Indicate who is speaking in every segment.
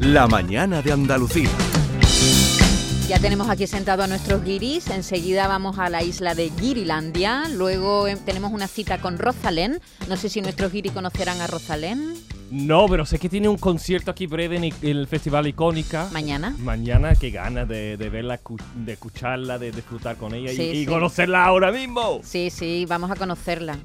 Speaker 1: La mañana de Andalucía.
Speaker 2: Ya tenemos aquí sentado a nuestros guiris, enseguida vamos a la isla de Girilandia, luego eh, tenemos una cita con Rosalén, no sé si nuestros guiris conocerán a Rosalén
Speaker 3: No, pero sé que tiene un concierto aquí breve en i- en el Festival Icónica.
Speaker 2: mañana.
Speaker 3: Mañana, qué ganas de, de verla, cu- de escucharla, de disfrutar con ella y-
Speaker 2: Sí,
Speaker 3: y,
Speaker 2: sí.
Speaker 3: conocerla ahora mismo.
Speaker 2: Sí, sí, vamos a conocerla.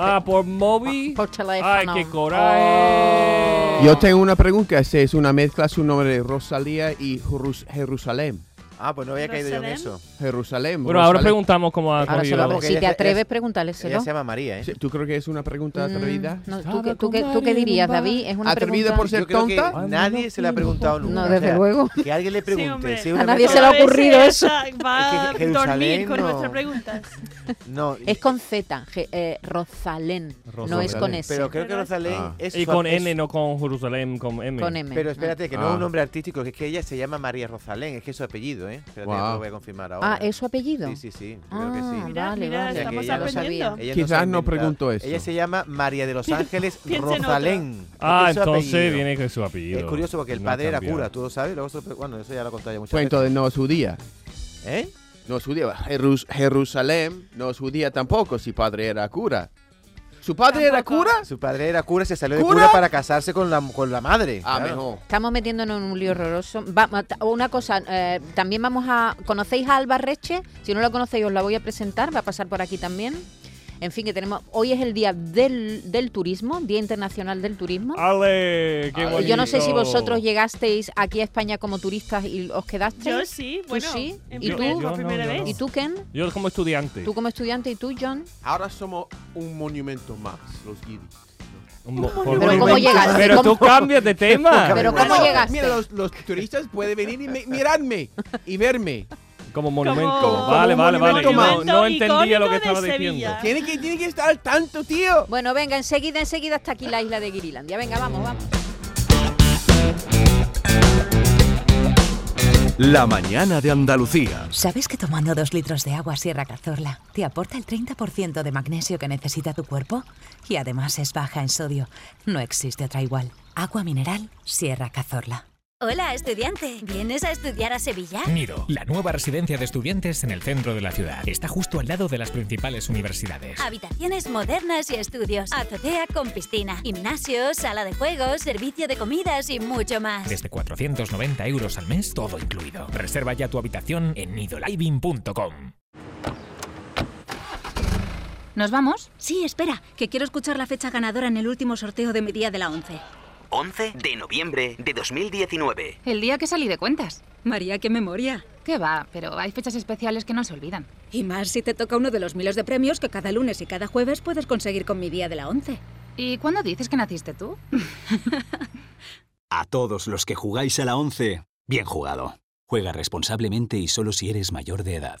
Speaker 3: Ah, por móvil.
Speaker 2: Por teléfono. Oh.
Speaker 3: Ay, qué coraje.
Speaker 4: Yo tengo una pregunta, si es una mezcla su nombre de Rosalía y Jerus- Jerusalén.
Speaker 5: Ah, pues no había caído yo en eso.
Speaker 4: Jerusalén.
Speaker 3: Bueno, ahora
Speaker 4: Rosalén.
Speaker 3: preguntamos cómo ha
Speaker 2: Ahora se
Speaker 3: conseguido.
Speaker 2: lo-
Speaker 5: porque
Speaker 2: si
Speaker 5: ella
Speaker 2: te
Speaker 5: se-
Speaker 2: atreves,
Speaker 5: ella-
Speaker 2: pregúntaleselo.
Speaker 5: Ella se llama María, ¿eh?
Speaker 4: Sí, ¿Tú crees que es una pregunta
Speaker 2: Mm,
Speaker 4: atrevida?
Speaker 2: no, ¿tú,
Speaker 3: Estaba
Speaker 2: qué, tú
Speaker 3: con
Speaker 2: qué- tú qué
Speaker 3: Marilyn
Speaker 2: dirías,
Speaker 3: Monroe.
Speaker 2: David? Es una
Speaker 4: ¿Atrevida
Speaker 2: pregunta...
Speaker 4: por
Speaker 5: Yo
Speaker 4: ser
Speaker 5: creo que
Speaker 4: tonta?
Speaker 5: nadie se le ha preguntado nunca.
Speaker 2: No, desde luego.
Speaker 5: Que alguien le pregunte.
Speaker 6: hombre.
Speaker 5: si
Speaker 6: A
Speaker 5: una
Speaker 2: nadie
Speaker 5: vez-
Speaker 2: se le ha ocurrido eso.
Speaker 6: Va
Speaker 5: Es
Speaker 6: a
Speaker 5: que Jerusalén
Speaker 6: dormir con
Speaker 5: no.
Speaker 6: nuestras preguntas.
Speaker 5: No,
Speaker 2: Es con Z, je- eh, Rosalén, no es con
Speaker 3: Rosalén.
Speaker 2: S,
Speaker 5: pero creo que Rosalén
Speaker 4: Ah.
Speaker 5: es
Speaker 3: Y
Speaker 5: su-
Speaker 3: con
Speaker 5: es-
Speaker 3: N, no con Jerusalén, con M.
Speaker 2: con M.
Speaker 5: Pero
Speaker 2: Ah.
Speaker 5: espérate, que no es
Speaker 4: Ah.
Speaker 5: un nombre artístico, que es que ella se llama María Rosalén, es que es su apellido, ¿eh? Espérate, que te
Speaker 4: Guau.
Speaker 5: lo voy a confirmar ahora.
Speaker 2: Ah, ¿es su apellido?
Speaker 5: Sí, sí, sí, creo que
Speaker 2: Ah,
Speaker 5: sí.
Speaker 6: Mira,
Speaker 2: vale,
Speaker 6: mira,
Speaker 2: vale.
Speaker 5: estamos
Speaker 2: ya lo
Speaker 6: aprendiendo.
Speaker 2: sabía.
Speaker 5: Ella
Speaker 4: Quizás
Speaker 5: se ha
Speaker 4: no
Speaker 5: inventado.
Speaker 4: preguntó eso.
Speaker 5: Ella se llama María de los Ángeles
Speaker 6: Piensa en otra.
Speaker 5: Rosalén.
Speaker 3: Ah,
Speaker 5: Es que es su
Speaker 3: entonces
Speaker 5: apellido.
Speaker 3: viene que es su apellido.
Speaker 5: Es curioso porque el
Speaker 3: No ha
Speaker 5: padre era
Speaker 3: cambiado.
Speaker 5: cura, tú lo sabes. Luego se- bueno, eso ya lo he contado ya muchas
Speaker 4: Pues
Speaker 5: veces.
Speaker 4: entonces no es judía.
Speaker 5: ¿Eh?
Speaker 4: No es judía. Jerus- Jerusalén no es judía tampoco, si padre era cura. ¿Su padre era
Speaker 6: Tampoco.
Speaker 4: cura?
Speaker 5: Su padre era cura, se salió de
Speaker 4: ¿Cura?
Speaker 5: cura para casarse con la, con la madre.
Speaker 4: Ah,
Speaker 5: claro.
Speaker 4: mejor.
Speaker 2: Estamos metiéndonos en un lío horroroso. Va- ma- ta- una cosa, eh, también vamos a... ¿Conocéis a Alba Reche? Si no la conocéis, os la voy a presentar, va a pasar por aquí también. En fin, que tenemos... Hoy es el Día del, del Turismo, Día Internacional del Turismo.
Speaker 3: Ale, Ah, qué
Speaker 4: Ale.
Speaker 3: bonito.
Speaker 2: Y Yo no sé si vosotros llegasteis aquí a España como turistas y os
Speaker 6: Yo
Speaker 2: quedasteis.
Speaker 6: sí, bueno.
Speaker 2: sí?
Speaker 6: en
Speaker 2: ¿Y tú?
Speaker 6: primer-
Speaker 3: Yo
Speaker 6: por
Speaker 3: no,
Speaker 6: primera
Speaker 3: yo no.
Speaker 6: vez.
Speaker 2: ¿Y tú, Ken?
Speaker 3: Yo como estudiante.
Speaker 2: ¿Tú como estudiante y tú, John?
Speaker 4: Ahora somos un monumento más, los guiris.
Speaker 3: Un mo- por-
Speaker 2: Pero ¿cómo llegaste?
Speaker 3: Pero tú
Speaker 2: ¿Cómo-
Speaker 3: cambias de tema.
Speaker 2: Pero ¿cómo
Speaker 4: Bueno,
Speaker 2: llegaste?
Speaker 4: Mira, los, los turistas pueden venir y mi- mirarme y verme.
Speaker 3: Como monumento.
Speaker 6: Como-
Speaker 3: vale,
Speaker 4: como
Speaker 3: vale, vale.
Speaker 4: monumento
Speaker 3: Yo No,
Speaker 6: más.
Speaker 3: no entendía
Speaker 6: Icónico
Speaker 3: lo que
Speaker 6: de
Speaker 3: estaba diciendo.
Speaker 6: Sevilla.
Speaker 4: Tiene que, tiene que estar al tanto, tío.
Speaker 2: Bueno, venga, enseguida, enseguida hasta aquí la isla de Guirilandia. Venga, vamos, vamos.
Speaker 1: La mañana de Andalucía.
Speaker 7: ¿Sabes que tomando dos litros de agua Sierra Cazorla te aporta el 30% de magnesio que necesita tu cuerpo? Y además es baja en sodio. No existe otra igual. Agua mineral Sierra Cazorla.
Speaker 8: Hola, estudiante. ¿Vienes a estudiar a Sevilla?
Speaker 9: Nido, la nueva residencia de estudiantes en el centro de la ciudad. Está justo al lado de las principales universidades.
Speaker 8: Habitaciones modernas y estudios. Azotea con piscina. Gimnasio, sala de juegos, servicio de comidas y mucho más.
Speaker 9: Desde 490 euros al mes, todo incluido. Reserva ya tu habitación en nidoliving.com.
Speaker 10: ¿Nos vamos?
Speaker 8: Sí, espera, que quiero escuchar la fecha ganadora en el último sorteo de mi día de la 11.
Speaker 11: 11 de noviembre de 2019.
Speaker 10: El día que salí de cuentas.
Speaker 8: María, qué memoria.
Speaker 10: ¿Qué va? Pero hay fechas especiales que no se olvidan.
Speaker 8: Y más si te toca uno de los miles de premios que cada lunes y cada jueves puedes conseguir con mi día de la 11.
Speaker 10: ¿Y cuándo dices que naciste tú?
Speaker 11: A todos los que jugáis a la 11, bien jugado. Juega responsablemente y solo si eres mayor de edad.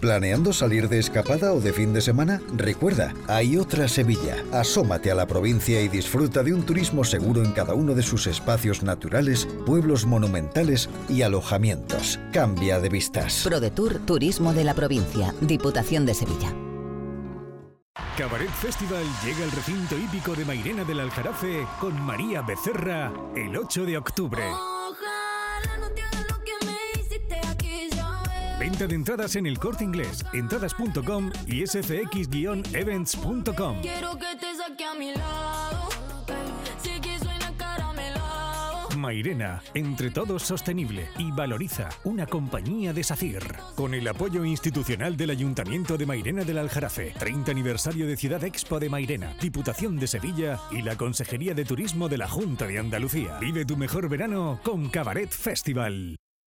Speaker 12: ¿Planeando salir de escapada o de fin de semana? Recuerda, hay otra Sevilla. Asómate a la provincia y disfruta de un turismo seguro en cada uno de sus espacios naturales, pueblos monumentales y alojamientos. Cambia de vistas.
Speaker 7: ProDetour Turismo de la Provincia, Diputación de Sevilla.
Speaker 9: Cabaret Festival llega al recinto hípico de Mairena del Aljarafe con María Becerra el 8 de octubre. Venta de entradas en el corte inglés, entradas.com y sfx-events.com.
Speaker 10: Quiero que te saque a mi lado. Sé que suena caramelado.
Speaker 6: Mairena, entre todos sostenible y valoriza una compañía de SACIR. Con el apoyo institucional del Ayuntamiento de Mairena del Aljarafe, 30 aniversario de Ciudad Expo de Mairena, Diputación de Sevilla y la Consejería de Turismo de la Junta de Andalucía. Vive tu mejor verano con Cabaret Festival.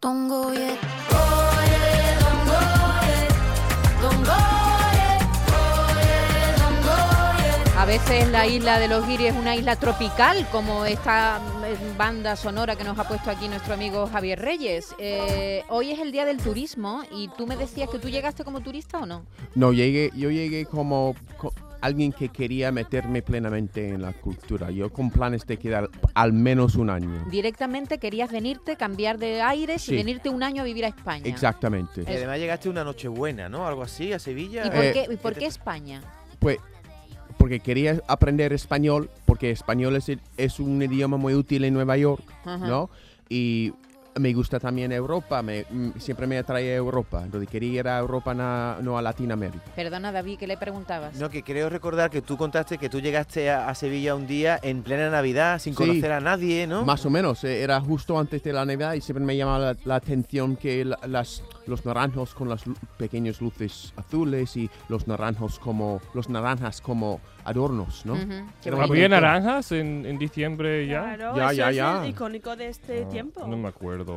Speaker 13: Tongo ye.
Speaker 2: A veces la isla de los guiris es una isla tropical, como esta eh, banda sonora que nos ha puesto aquí nuestro amigo Javier Reyes. Eh, hoy es el día del turismo y tú me decías que tú llegaste como turista o no.
Speaker 4: No, llegué, yo llegué como co- alguien que quería meterme plenamente en la cultura. Yo con planes de quedar al menos un año.
Speaker 2: Directamente querías venirte, cambiar de aires
Speaker 4: Sí.
Speaker 2: y venirte un año a vivir a España.
Speaker 4: Exactamente.
Speaker 5: Y además llegaste una noche buena, ¿no? Algo así, a Sevilla.
Speaker 2: ¿Y por,
Speaker 4: Eh,
Speaker 2: qué, y por qué España?
Speaker 4: Pues porque quería aprender español, porque español es, el- es un idioma muy útil en Nueva York,
Speaker 2: Ajá.
Speaker 4: ¿no? Y me gusta también Europa, me, mm, siempre me atrae Europa. Entonces quería ir a Europa, na- no a Latinoamérica.
Speaker 2: Perdona, David, que le preguntabas.
Speaker 5: No, que creo recordar que tú contaste que tú llegaste a, a Sevilla un día en plena Navidad sin
Speaker 4: Sí.
Speaker 5: conocer a nadie, ¿no?
Speaker 4: Más o menos, eh, era justo antes de la Navidad y siempre me llamaba la, la atención que la- las, los naranjos con las lu- pequeñas luces azules y los naranjos como los naranjas como adornos, ¿no?
Speaker 3: Ujú.
Speaker 4: Era muy
Speaker 3: ¿Había
Speaker 4: bonito.
Speaker 3: naranjas en, en diciembre ya?
Speaker 14: Claro, eso es el icónico de este
Speaker 3: Ah,
Speaker 14: tiempo.
Speaker 3: No me acuerdo.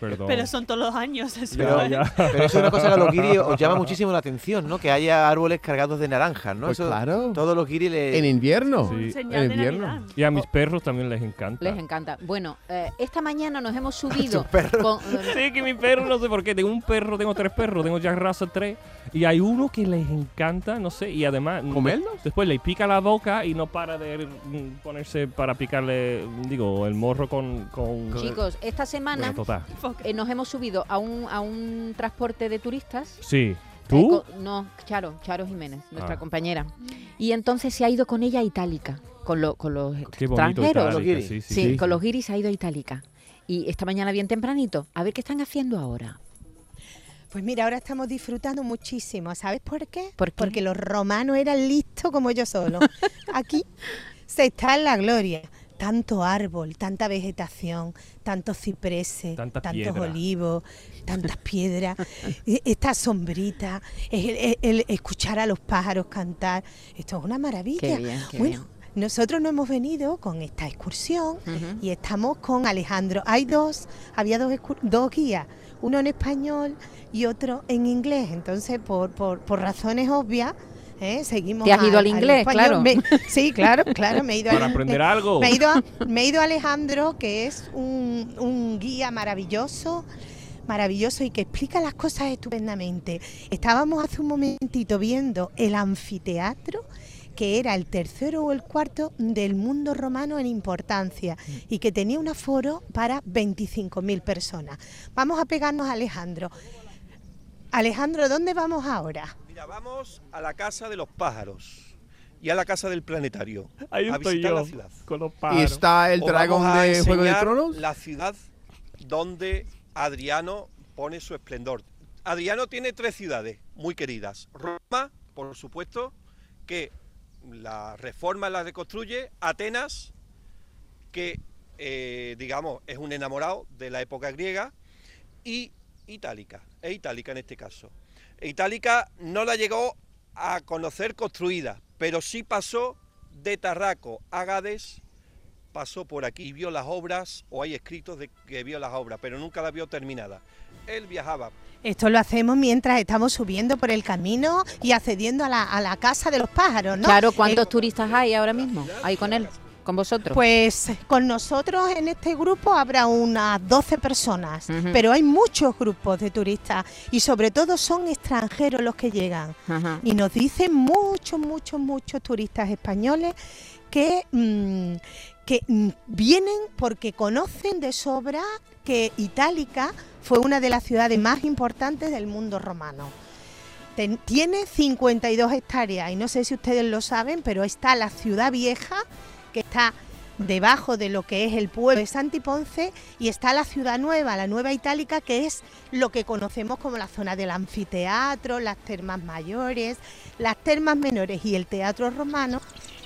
Speaker 3: Perdón.
Speaker 14: Pero son todos los años. Eso.
Speaker 5: Pero,
Speaker 3: Ya, ya.
Speaker 5: pero eso es una cosa que a los guiris os llama muchísimo la atención, ¿no? Que haya árboles cargados de naranjas, ¿no?
Speaker 4: Pues
Speaker 5: Eso
Speaker 4: claro.
Speaker 5: Todos los guiris le...
Speaker 4: En invierno.
Speaker 3: Sí.
Speaker 2: señal en de invierno. Navidad.
Speaker 3: Y a mis perros también les encanta.
Speaker 2: Les encanta. Bueno, eh, esta mañana nos hemos subido. con- eh,
Speaker 3: Sí, que mi perro, no sé por qué. Tengo un perro, tengo tres perros, tengo ya raza tres. Y hay uno que les encanta, no sé, y además.
Speaker 4: ¿Comerlos?
Speaker 3: Después le pica la boca y no para de mm, ponerse para picarle, digo, el morro con. con
Speaker 2: Chicos, esta semana
Speaker 3: Bueno, total.
Speaker 2: eh, nos hemos subido a un, a un transporte de turistas.
Speaker 3: Sí. ¿Tú?
Speaker 2: Eh, co- no, Charo, Charo Jiménez, nuestra
Speaker 3: Ah.
Speaker 2: compañera. Y entonces se ha ido con ella a Itálica, con, lo- con los
Speaker 3: Qué bonito
Speaker 2: extranjeros.
Speaker 3: Itálica, Con los guiris. sí, sí, sí.
Speaker 2: con los guiris se ha ido a Itálica. Y esta mañana bien tempranito, a ver qué están haciendo ahora.
Speaker 15: Pues mira, ahora estamos disfrutando muchísimo. ¿Sabes por qué?
Speaker 2: ¿Por qué?
Speaker 15: Porque los romanos eran listos como yo solo. Aquí se está en la gloria. Tanto árbol, tanta vegetación, tantos cipreses,
Speaker 16: Tantas
Speaker 15: tantos
Speaker 16: piedras.
Speaker 15: olivos, tantas piedras, e- esta sombrita, el, el- el escuchar a los pájaros cantar. Esto es una maravilla.
Speaker 2: Qué bien, qué
Speaker 15: bueno, nosotros no hemos venido con esta excursión y estamos con Alejandro. Hay dos, había dos, excu- dos guías, uno en español y otro en inglés. Entonces, por, por, por razones obvias, ¿eh? seguimos.
Speaker 2: Te has ido al inglés,
Speaker 15: español.
Speaker 2: claro.
Speaker 15: Me- sí, claro, claro, me he ido al
Speaker 3: Para aprender
Speaker 15: inglés.
Speaker 3: algo.
Speaker 15: Me he ido, a- me he ido a Alejandro, que es un, un guía maravilloso maravilloso y que explica las cosas estupendamente. Estábamos hace un momentito viendo el anfiteatro, que era el tercero o el cuarto del mundo romano en importancia
Speaker 3: Mm.
Speaker 15: y que tenía un aforo para 25.000 personas. Vamos a pegarnos a Alejandro. Alejandro, ¿dónde vamos ahora?
Speaker 17: Mira, vamos a la casa de los pájaros y a la casa del planetario.
Speaker 3: Ahí
Speaker 17: a
Speaker 3: estoy
Speaker 17: visitar
Speaker 3: yo,
Speaker 17: la ciudad.
Speaker 3: con los
Speaker 4: pájaros. ¿Y está el
Speaker 17: Os
Speaker 4: dragón
Speaker 17: vamos a
Speaker 4: de Juego de
Speaker 17: enseñar
Speaker 4: Tronos?
Speaker 17: La ciudad donde Adriano pone su esplendor. Adriano tiene tres ciudades muy queridas. Roma, por supuesto, que la reforma la reconstruye. Atenas, que eh, digamos es un enamorado de la época griega y Itálica, e Itálica en este caso. E Itálica no la llegó a conocer construida, pero sí pasó de Tarraco a Gades pasó por aquí y vio las obras, o hay escritos de que vio las obras, pero nunca las vio terminadas. Él viajaba
Speaker 15: Esto lo hacemos mientras estamos subiendo por el camino y accediendo a la, a la casa de los pájaros, ¿no? Eh,
Speaker 2: Claro, ¿cuántos turistas hay ahora mismo? ¿Hay con él? ¿Con vosotros?
Speaker 15: Pues con nosotros en este grupo habrá unas 12 personas,
Speaker 2: Ujú.
Speaker 15: pero hay muchos grupos de turistas y sobre todo son extranjeros los que llegan.
Speaker 2: Ajá.
Speaker 15: Y nos dicen muchos, muchos, muchos turistas españoles que, mm, que mm, vienen porque conocen de sobra que Itálica fue una de las ciudades más importantes del mundo romano. Ten- tiene 52 hectáreas y no sé si ustedes lo saben, pero está la ciudad vieja que está debajo de lo que es el pueblo de Santiponce y está la ciudad nueva, la nueva itálica, que es lo que conocemos como la zona del anfiteatro, las termas mayores, las termas menores y el teatro romano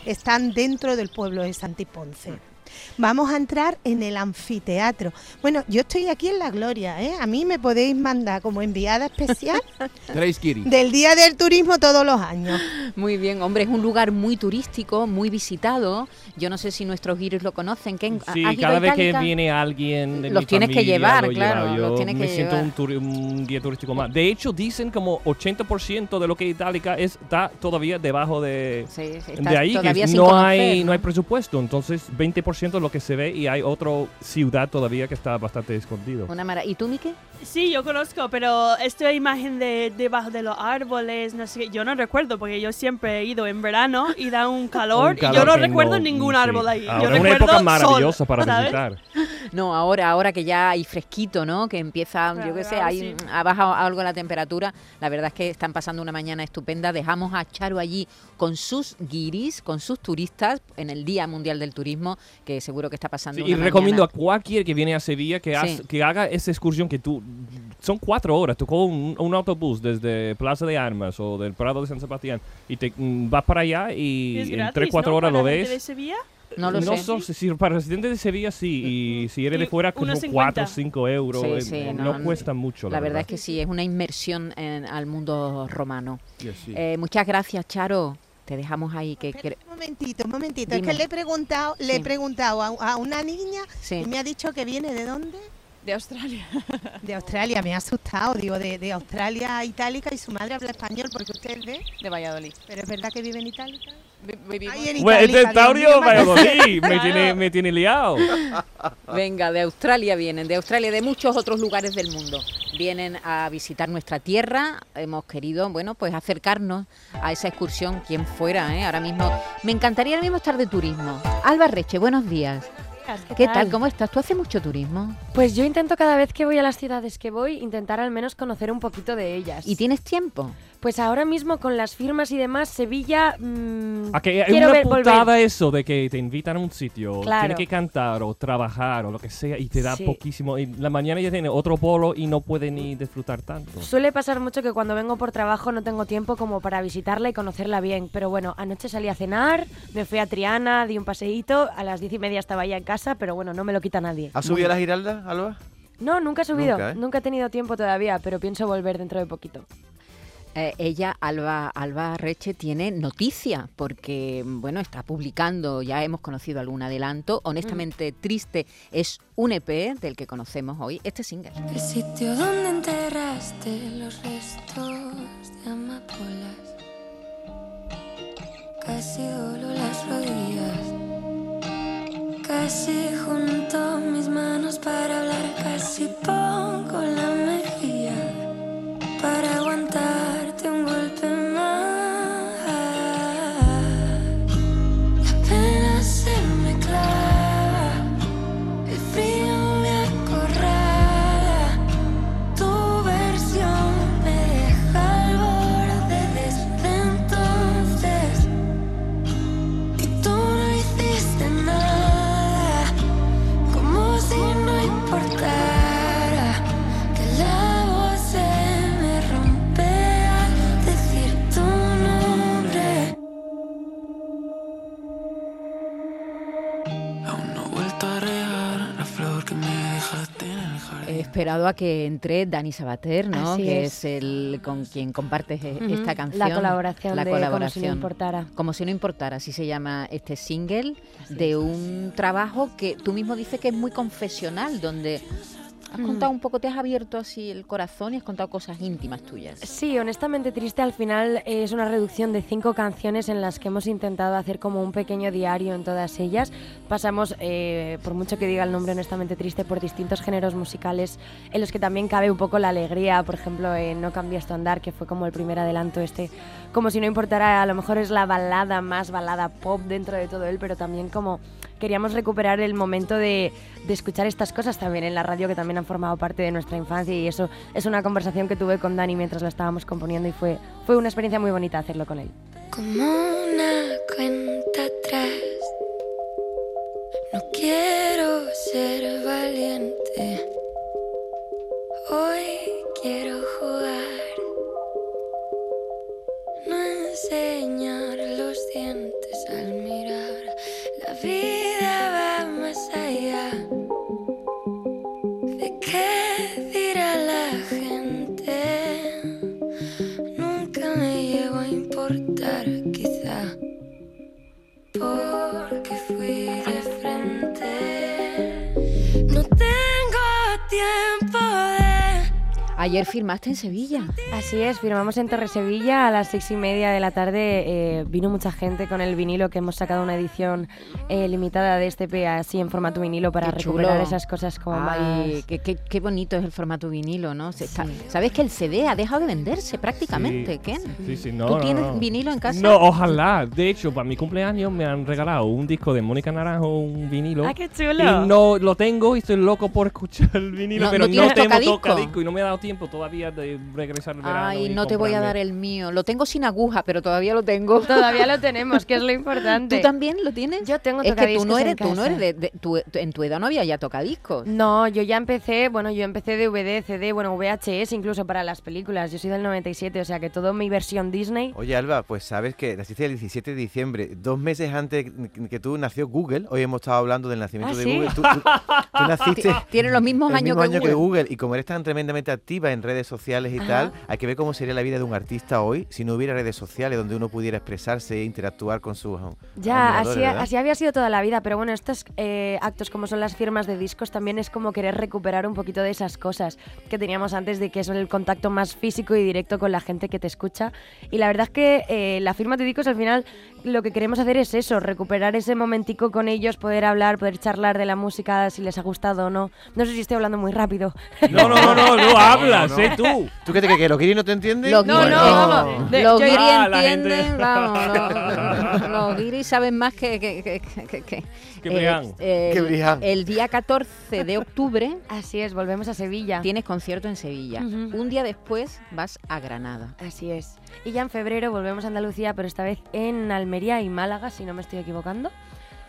Speaker 15: están dentro del pueblo de Santiponce. Vamos a entrar en el anfiteatro. Bueno, yo estoy aquí en la gloria, ¿eh? A mí me podéis mandar como enviada especial
Speaker 4: Grace Giri.
Speaker 15: del Día del Turismo todos los años.
Speaker 2: Muy bien, hombre, es un lugar muy turístico, muy visitado. Yo no sé si nuestros guiris lo conocen. ¿Qué,
Speaker 3: Sí,
Speaker 2: ¿has ido
Speaker 3: cada
Speaker 2: a
Speaker 3: vez que
Speaker 2: Itálica?
Speaker 3: viene alguien de
Speaker 2: Los
Speaker 3: mi
Speaker 2: tienes que
Speaker 3: familia,
Speaker 2: llevar,
Speaker 3: lo he
Speaker 2: claro,
Speaker 3: llevado.
Speaker 2: los
Speaker 3: Yo
Speaker 2: tienes que
Speaker 3: me siento
Speaker 2: llevar.
Speaker 3: un, turi- un guía turístico más. De hecho, dicen como 80% de lo que Itálica es, está todavía debajo de,
Speaker 2: está
Speaker 3: de ahí,
Speaker 2: todavía
Speaker 3: que
Speaker 2: sin
Speaker 3: no,
Speaker 2: conocer,
Speaker 3: hay,
Speaker 2: ¿no?
Speaker 3: no hay presupuesto. Entonces, 20% es lo que se ve y hay otra ciudad todavía que está bastante escondido.
Speaker 2: Una mara- ¿Y tú, Mike?
Speaker 14: Sí, yo conozco, pero esta imagen de debajo de los árboles, no sé qué, yo no recuerdo porque yo siempre he ido en verano y da un calor,
Speaker 3: Un
Speaker 14: y yo
Speaker 3: calor
Speaker 14: no
Speaker 3: que
Speaker 14: recuerdo
Speaker 3: no-
Speaker 14: ningún
Speaker 3: sí.
Speaker 14: árbol ahí.
Speaker 3: Ahora
Speaker 14: yo
Speaker 3: es una
Speaker 14: recuerdo
Speaker 3: época
Speaker 14: sol,
Speaker 3: maravillosa para
Speaker 14: ¿sabes?
Speaker 3: visitar.
Speaker 2: No, ahora, ahora que ya hay fresquito, ¿no? Que empieza, yo qué sé,
Speaker 14: ahora
Speaker 2: ahí mm, ha bajado algo la temperatura. La verdad es que están pasando una mañana estupenda. Dejamos a Charo allí con sus guiris, con sus turistas, en el Día Mundial del Turismo, que seguro que está pasando
Speaker 3: Sí,
Speaker 2: una
Speaker 3: y
Speaker 2: mañana.
Speaker 3: recomiendo a cualquier que viene a Sevilla que, haz-
Speaker 2: Sí.
Speaker 3: que haga esa excursión que tú... Son cuatro horas, tú coges un, un autobús desde Plaza de Armas o del Prado de San Sebastián y te mm, vas para allá y,
Speaker 14: Es
Speaker 3: en
Speaker 14: gratis,
Speaker 3: tres, cuatro
Speaker 14: ¿no?
Speaker 3: horas lo
Speaker 14: ¿Para gente de
Speaker 3: ves.
Speaker 14: Sevilla?
Speaker 2: No lo
Speaker 3: no
Speaker 2: sé.
Speaker 3: so- si para residentes de Sevilla sí, y
Speaker 14: Mm.
Speaker 3: si eres de fuera, como
Speaker 14: 1,50.
Speaker 3: 4 o 5 euros.
Speaker 2: Sí,
Speaker 3: eh,
Speaker 2: sí,
Speaker 3: no,
Speaker 2: no,
Speaker 3: cuesta mucho.
Speaker 2: La, verdad es que sí, es una inmersión en- al mundo romano.
Speaker 3: Yes, sí.
Speaker 2: Eh, muchas gracias, Charo. Te dejamos ahí. que, que-
Speaker 15: Un momentito, un momentito.
Speaker 2: Dime.
Speaker 15: Es que le he preguntado, le he
Speaker 2: Sí.
Speaker 15: preguntado a, a una niña
Speaker 2: Sí.
Speaker 15: y me ha dicho que viene de dónde?
Speaker 14: De Australia.
Speaker 15: De Australia, me ha asustado, digo, de, de Australia a Itálica y su madre habla español porque usted es de...
Speaker 16: De Valladolid.
Speaker 15: Pero es verdad que vive en Itálica. Ay, en
Speaker 3: Bueno, este
Speaker 15: Itálica,
Speaker 3: es Taurio
Speaker 15: Dios mío, madre.
Speaker 3: Valladolid, me tiene, me tiene liado.
Speaker 2: Venga, de Australia vienen, de Australia, de muchos otros lugares del mundo. Vienen a visitar nuestra tierra. Hemos querido, bueno, pues acercarnos a esa excursión, quien fuera, ¿eh? Ahora mismo, me encantaría ahora mismo estar de turismo. Alba Reche, buenos días. ¿Qué tal? ¿Cómo estás? ¿Tú haces mucho turismo?
Speaker 18: Pues yo intento cada vez que voy a las ciudades que voy intentar al menos conocer un poquito de ellas.
Speaker 2: ¿Y tienes tiempo?
Speaker 18: Pues ahora mismo con las firmas y demás, Sevilla... mm,
Speaker 3: A Ah, que es
Speaker 18: quiero
Speaker 3: una
Speaker 18: ver- volver.
Speaker 3: putada eso de que te invitan a un sitio,
Speaker 18: Claro.
Speaker 3: tienes que cantar o trabajar o lo que sea y te da
Speaker 18: Sí.
Speaker 3: poquísimo. Y la mañana ya tiene otro bolo y no puede ni disfrutar tanto.
Speaker 18: Suele pasar mucho que cuando vengo por trabajo no tengo tiempo como para visitarla y conocerla bien. Pero bueno, anoche salí a cenar, me fui a Triana, di un paseíto, a las diez y media estaba ya en casa, pero bueno, no me lo quita nadie.
Speaker 5: ¿Has subido a la Giralda, Alba?
Speaker 18: No, nunca he subido,
Speaker 5: Nunca, ¿eh?
Speaker 18: nunca he tenido tiempo todavía, pero pienso volver dentro de poquito.
Speaker 2: Eh, ella, Alba, Alba Reche, tiene noticia porque, bueno, está publicando, ya hemos conocido algún adelanto. Honestamente,
Speaker 13: Mm.
Speaker 2: triste es un EP del que conocemos hoy este single.
Speaker 13: El sitio donde enterraste los restos de amapolas. Casi doblo las rodillas. Casi junto mis manos para hablar. Casi pongo la mejilla para aguantarte un golpe más. La pena se me clava. El frío me acorrala, tu versión me deja al borde este desde entonces. Y tú no hiciste nada,
Speaker 2: he esperado a que entre Dani Sabater, ¿no?
Speaker 18: Así
Speaker 2: que es.
Speaker 18: es.
Speaker 2: el con quien compartes e-
Speaker 18: Ujú.
Speaker 2: esta
Speaker 18: La
Speaker 2: canción.
Speaker 18: colaboración de Como si no importara.
Speaker 2: Como si no importara, así se llama este single de un trabajo que tú mismo dices que es muy confesional, donde has
Speaker 18: Mm.
Speaker 2: contado un poco, te has abierto así el corazón y has contado cosas íntimas tuyas.
Speaker 18: Sí, honestamente triste al final eh, es una reducción de cinco canciones en las que hemos intentado hacer como un pequeño diario en todas ellas. Pasamos, eh, por mucho que diga el nombre honestamente triste, por distintos géneros musicales en los que también cabe un poco la alegría. Por ejemplo, en No cambias tu andar, que fue como el primer adelanto este. Como si no importara, a lo mejor es la balada más balada pop dentro de todo él, pero también como queríamos recuperar el momento de, de escuchar estas cosas también en la radio que también han formado parte de nuestra infancia y eso es una conversación que tuve con Dani mientras la estábamos componiendo y fue, fue una experiencia muy bonita hacerlo con él.
Speaker 13: Como una cuenta atrás. No quiero ser valiente. Hoy quiero jugar. No enseñar los dientes al mirar. La vida va más allá. ¿De qué dirá la gente? Nunca me llegó a importar, quizá porque fui de frente. No tengo tiempo de.
Speaker 2: Ayer firmaste en Sevilla.
Speaker 18: Así es, firmamos en Torre Sevilla a las seis y media de la tarde. eh, vino mucha gente con el vinilo que hemos sacado una edición eh, limitada de este EP así en formato vinilo para
Speaker 2: Qué
Speaker 18: recuperar
Speaker 2: chulo.
Speaker 18: esas cosas como
Speaker 2: Ay,
Speaker 18: más-
Speaker 2: qué, qué- qué bonito es el formato vinilo, ¿no? Se está- Sabes que el CD ha dejado de venderse prácticamente, Ken.
Speaker 3: Sí, sí, no,
Speaker 2: ¿Tú
Speaker 3: no,
Speaker 2: tienes
Speaker 3: no.
Speaker 2: vinilo en casa?
Speaker 3: No, ojalá. De hecho, para mi cumpleaños me han regalado un disco de Mónica Naranjo, un vinilo.
Speaker 18: ¡Ah, qué chulo!
Speaker 3: Y no lo tengo y estoy loco por escuchar el vinilo,
Speaker 2: No,
Speaker 3: pero
Speaker 2: ¿no
Speaker 3: no,
Speaker 2: tienes
Speaker 3: tengo
Speaker 2: tocadisco?
Speaker 3: tocadisco y no me ha dado tiempo todavía de regresar al verano.
Speaker 2: Ay,
Speaker 3: y
Speaker 2: no te voy a
Speaker 3: comprarme.
Speaker 2: dar el mío. Lo tengo sin aguja, pero todavía lo tengo.
Speaker 18: Todavía lo tenemos, que es lo importante.
Speaker 2: ¿Tú también lo tienes?
Speaker 18: Yo tengo
Speaker 2: Es que tú
Speaker 18: tocadiscos
Speaker 2: no
Speaker 18: en
Speaker 2: eres, tú no
Speaker 18: casa.
Speaker 2: eres de, de- tú- tú- en tu edad no había ya tocadiscos.
Speaker 18: No, yo ya empecé, bueno, yo empecé DVD, CD, bueno, VHS incluso para las películas. Yo soy del 97, o sea que todo mi versión Disney.
Speaker 5: Oye, Alba, pues sabes que naciste el 17 de diciembre. Dos meses antes que- que tú nació Google. Hoy hemos estado hablando del nacimiento
Speaker 2: ¿Ah,
Speaker 5: de
Speaker 2: sí?
Speaker 5: Google. Tú, tú- tú naciste...
Speaker 2: Tienen los mismos
Speaker 5: el
Speaker 2: años
Speaker 5: mismo
Speaker 2: que,
Speaker 5: año
Speaker 2: Google.
Speaker 5: que Google. Y como eres tan tremendamente activa en redes sociales y
Speaker 2: Ajá.
Speaker 5: tal, hay que ver cómo sería la vida de un artista hoy si no hubiera redes sociales donde uno pudiera expresarse e interactuar con sus.
Speaker 18: Ya,
Speaker 5: admiradores,
Speaker 18: así,
Speaker 5: ¿verdad?
Speaker 18: así había sido toda la vida, pero bueno, estos eh, actos como son las firmas de discos también es como querer recuperar un poquito de esas cosas que teníamos antes de que es el contacto más físico y directo con la gente que te escucha. Y la verdad es que eh, la firma de discos al final lo que queremos hacer es eso, recuperar ese momentico con ellos, poder hablar, poder charlar de la música, si les ha gustado o no. No sé si estoy hablando muy rápido.
Speaker 3: No, no, no, no, no hablas, ¿eh? Tú.
Speaker 5: ¿Tú qué te crees? ¿Que los guiris no te entienden?
Speaker 2: Los guiris,
Speaker 5: vamos.
Speaker 2: los guiris
Speaker 3: Ah, la gente.
Speaker 2: entienden, vamos, los, los guiris saben más que... que, que, que- que- que-
Speaker 3: Que
Speaker 2: Eh,
Speaker 3: Brian.
Speaker 2: el-
Speaker 5: Que Brian.
Speaker 2: El día 14 de octubre...
Speaker 18: Así es, volvemos a Sevilla.
Speaker 2: Tienes concierto en Sevilla.
Speaker 18: Ujú.
Speaker 2: Un día después vas a Granada.
Speaker 18: Así es. Y ya en febrero volvemos a Andalucía, pero esta vez en Almería y Málaga, si no me estoy equivocando.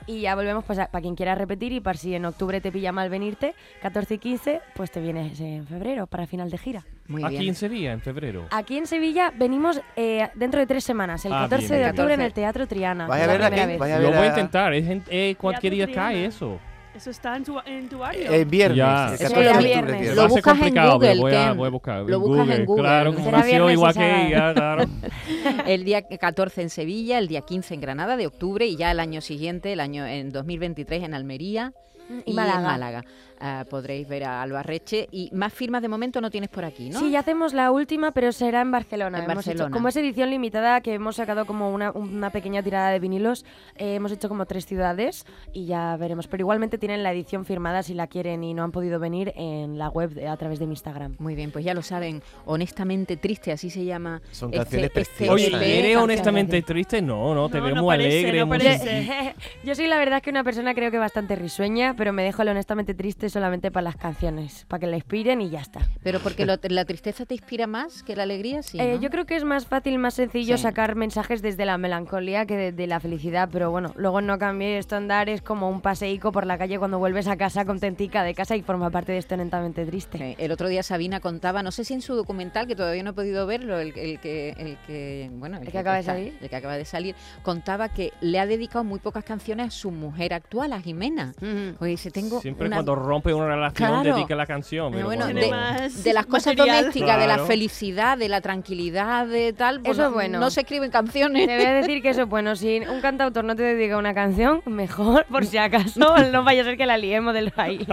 Speaker 18: Y ya volvemos pues, para quien quiera repetir y para si en octubre te pilla mal venirte, 14 y 15, pues te vienes en febrero para final de gira.
Speaker 2: Muy
Speaker 3: Aquí en Sevilla, en febrero.
Speaker 18: Aquí en Sevilla venimos eh, dentro de tres semanas, el
Speaker 3: Ah,
Speaker 18: 14
Speaker 3: bien,
Speaker 18: de
Speaker 3: bien,
Speaker 18: octubre
Speaker 3: bien.
Speaker 18: en el Teatro Triana.
Speaker 3: Vaya
Speaker 18: Es
Speaker 3: a
Speaker 18: la
Speaker 3: ver a
Speaker 18: primera
Speaker 3: quién,
Speaker 18: vez.
Speaker 3: vaya a Lo ver voy a a- intentar, es gente- eh, cualquier día
Speaker 14: Triana.
Speaker 3: cae eso.
Speaker 14: Eso está en tu, en tu área.
Speaker 5: En viernes.
Speaker 3: Ya.
Speaker 5: el
Speaker 3: Eso
Speaker 5: 14 de
Speaker 3: era
Speaker 5: octubre,
Speaker 3: viernes. Lo
Speaker 5: tío.
Speaker 3: Va a ser buscas en complicado, pero Google, voy a- Ken. voy a buscar
Speaker 2: Lo
Speaker 3: en
Speaker 2: buscas en
Speaker 3: Google,
Speaker 2: Google.
Speaker 3: claro, como Será nació viernes y igual que sábado. ella, claro.
Speaker 2: el día 14 en Sevilla, el día 15 en Granada de octubre y ya el año siguiente, el año en 2023 en Almería
Speaker 18: Y
Speaker 3: Mm,
Speaker 2: y, en
Speaker 18: Málaga.
Speaker 2: Mm, Málaga. Ah, podréis ver a Albarreche y más firmas de momento no tienes por aquí, ¿no?
Speaker 18: Sí, ya hacemos la última, pero será en Barcelona.
Speaker 2: En
Speaker 18: Hemos hecho-
Speaker 2: Barcelona.
Speaker 18: como es edición limitada, que hemos sacado como una, una pequeña tirada de vinilos, eh, hemos hecho como tres ciudades y ya veremos. Pero igualmente tienen la edición firmada si la quieren y no han podido venir en la web eh, a través de mi Instagram.
Speaker 2: Muy bien, pues ya lo saben, honestamente triste, así se llama.
Speaker 5: Son
Speaker 2: este-
Speaker 5: canciones
Speaker 2: este
Speaker 5: preciosas.
Speaker 3: Oye,
Speaker 2: EP,
Speaker 3: ¿eres
Speaker 2: canciones
Speaker 3: honestamente triste? No, no, te
Speaker 2: No,
Speaker 3: veo
Speaker 2: no
Speaker 3: muy
Speaker 2: parece,
Speaker 3: alegre.
Speaker 2: no
Speaker 3: muy-
Speaker 2: parece.
Speaker 18: Yo soy la verdad que una persona creo que bastante risueña, pero me dejo el honestamente triste solamente para las canciones, para que la inspiren y ya está.
Speaker 2: Pero porque lo- la tristeza te inspira más que la alegría, sí.
Speaker 18: Eh,
Speaker 2: ¿no?
Speaker 18: Yo creo que es más fácil, más sencillo
Speaker 2: Sí.
Speaker 18: sacar mensajes desde la melancolía que desde la felicidad, pero bueno, luego no cambié esto andar es como un paseico por la calle cuando vuelves a casa contentica de casa y forma parte de esto lentamente triste.
Speaker 2: El otro día Sabina contaba, no sé si en su documental, que todavía no he podido verlo, el, el que, el que, bueno,
Speaker 18: ¿El que acaba de
Speaker 2: está-
Speaker 18: salir?
Speaker 2: el que acaba de salir, contaba que le ha dedicado muy pocas canciones a su mujer actual, a Jimena. Oye, dice, tengo
Speaker 3: Siempre
Speaker 2: una-
Speaker 3: cuando rompe una relación,
Speaker 2: Claro.
Speaker 3: dedica la canción.
Speaker 2: Eh,
Speaker 3: pero
Speaker 2: bueno,
Speaker 3: cuando-
Speaker 2: de, de las cosas
Speaker 10: material.
Speaker 2: domésticas, de la
Speaker 3: Claro.
Speaker 2: felicidad, de la tranquilidad, de tal, pues
Speaker 18: Eso
Speaker 2: no,
Speaker 18: es bueno.
Speaker 2: no se escriben canciones.
Speaker 18: Te voy a decir que eso es bueno. Si un cantautor no te dedica una canción, mejor, por si acaso, no vaya a ser que la liemos del país.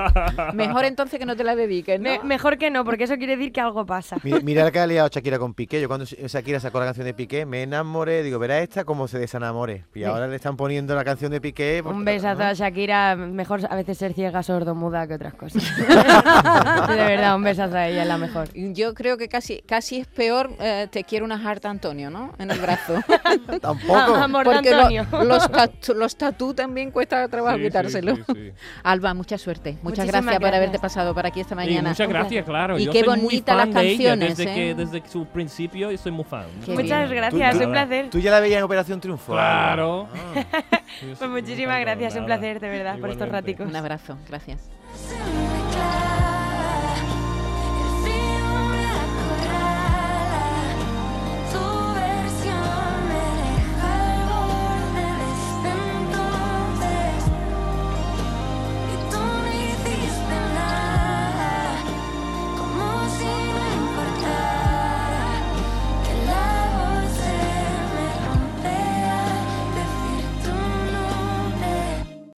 Speaker 2: Mejor entonces que no te la dediques, ¿no?
Speaker 18: mejor que no, porque eso quiere decir que algo pasa.
Speaker 5: Mira, mira la que ha liado Shakira con Piqué. Yo cuando Shakira sacó la canción de Piqué, me enamoré. Digo, verá esta cómo se desenamore. Y
Speaker 18: Sí.
Speaker 5: ahora le están poniendo la canción de Piqué. porque-
Speaker 18: Un besazo a Shakira. Mejor a veces ser ciega, sordo, muda que otras cosas. de verdad, un besazo a ella, es la mejor.
Speaker 2: Yo creo que casi casi es peor eh, te quiero una jarta Antonio, ¿no? En el brazo.
Speaker 5: Tampoco.
Speaker 18: Ah, amor de
Speaker 2: Porque lo-
Speaker 18: Antonio.
Speaker 2: los, tatu, los tatú también cuesta trabajo
Speaker 3: Sí, sí,
Speaker 2: quitárselo.
Speaker 3: sí, sí.
Speaker 2: Alba, mucha suerte. Muchas
Speaker 18: Muchísimas
Speaker 2: gracias, por
Speaker 18: gracias.
Speaker 2: haberte pasado por aquí esta
Speaker 3: Y
Speaker 2: mañana.
Speaker 3: muchas gracias, claro.
Speaker 2: Y
Speaker 3: Yo
Speaker 2: qué
Speaker 3: soy muy
Speaker 2: bonitas las
Speaker 3: fan de ella,
Speaker 2: canciones.
Speaker 3: desde,
Speaker 2: ¿eh?
Speaker 3: que, desde que su principio, yo soy muy fan.
Speaker 2: Qué Muchas bien.
Speaker 18: gracias,
Speaker 5: Tú-
Speaker 18: un placer.
Speaker 5: Tú ya la veías en Operación Triunfo.
Speaker 3: Claro.
Speaker 18: Pues muchísimas gracias, un placer, de verdad, por estos raticos.
Speaker 2: Un abrazo, gracias.
Speaker 13: Tu versión me deja al borde desde entonces Y tú no hiciste nada Como si no importara Que la voz se me rompea Decir tu nombre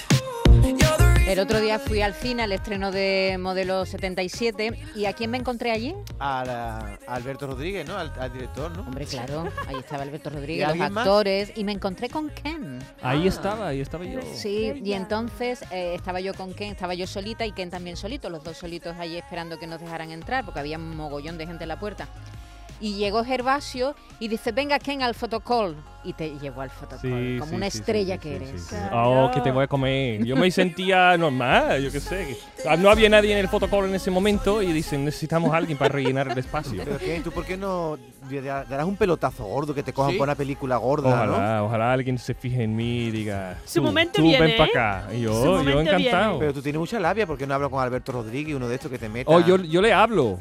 Speaker 16: You're the
Speaker 2: El otro día fui al cine al estreno de Modelo 77 y ¿a quién me encontré allí?
Speaker 5: A, la- a Alberto Rodríguez, ¿no? Al, al director, ¿no?
Speaker 2: Hombre, claro. Ahí estaba Alberto
Speaker 5: ¿Y
Speaker 2: Rodríguez, los
Speaker 5: alguien más? Ah.
Speaker 2: actores y me encontré con Ken.
Speaker 3: Ahí estaba, ahí estaba yo.
Speaker 2: Sí, y entonces eh, estaba yo con Ken, estaba yo solita y Ken también solito, los dos solitos ahí esperando que nos dejaran entrar porque había un mogollón de gente en la puerta. Y llegó Gervasio y dice, venga Ken al fotocall. Y te llevó al fotocall,
Speaker 3: Sí,
Speaker 2: como
Speaker 3: sí,
Speaker 2: una
Speaker 3: sí, sí,
Speaker 2: estrella
Speaker 3: sí,
Speaker 2: que
Speaker 3: sí,
Speaker 2: eres.
Speaker 3: sí, sí. Oh, que te voy a comer. Yo me sentía normal, yo qué sé. Ah, No había nadie en el fotocall en ese momento y dicen, necesitamos a alguien para rellenar el espacio.
Speaker 5: Pero ¿qué? ¿Tú por qué no le da- darás un pelotazo gordo que te cojan por una película gorda,
Speaker 3: Ojalá,
Speaker 5: ¿no?
Speaker 3: ojalá alguien se fije en mí y diga,
Speaker 5: Su
Speaker 3: tú,
Speaker 5: momento
Speaker 3: tú
Speaker 5: viene, ¿eh?
Speaker 3: ven para acá. Y
Speaker 5: Su
Speaker 3: yo, yo
Speaker 5: momento
Speaker 3: encantado.
Speaker 5: Pero tú tienes mucha labia porque no hablas con Alberto Rodríguez, uno de estos que te meta.
Speaker 3: Oh, yo, yo le hablo.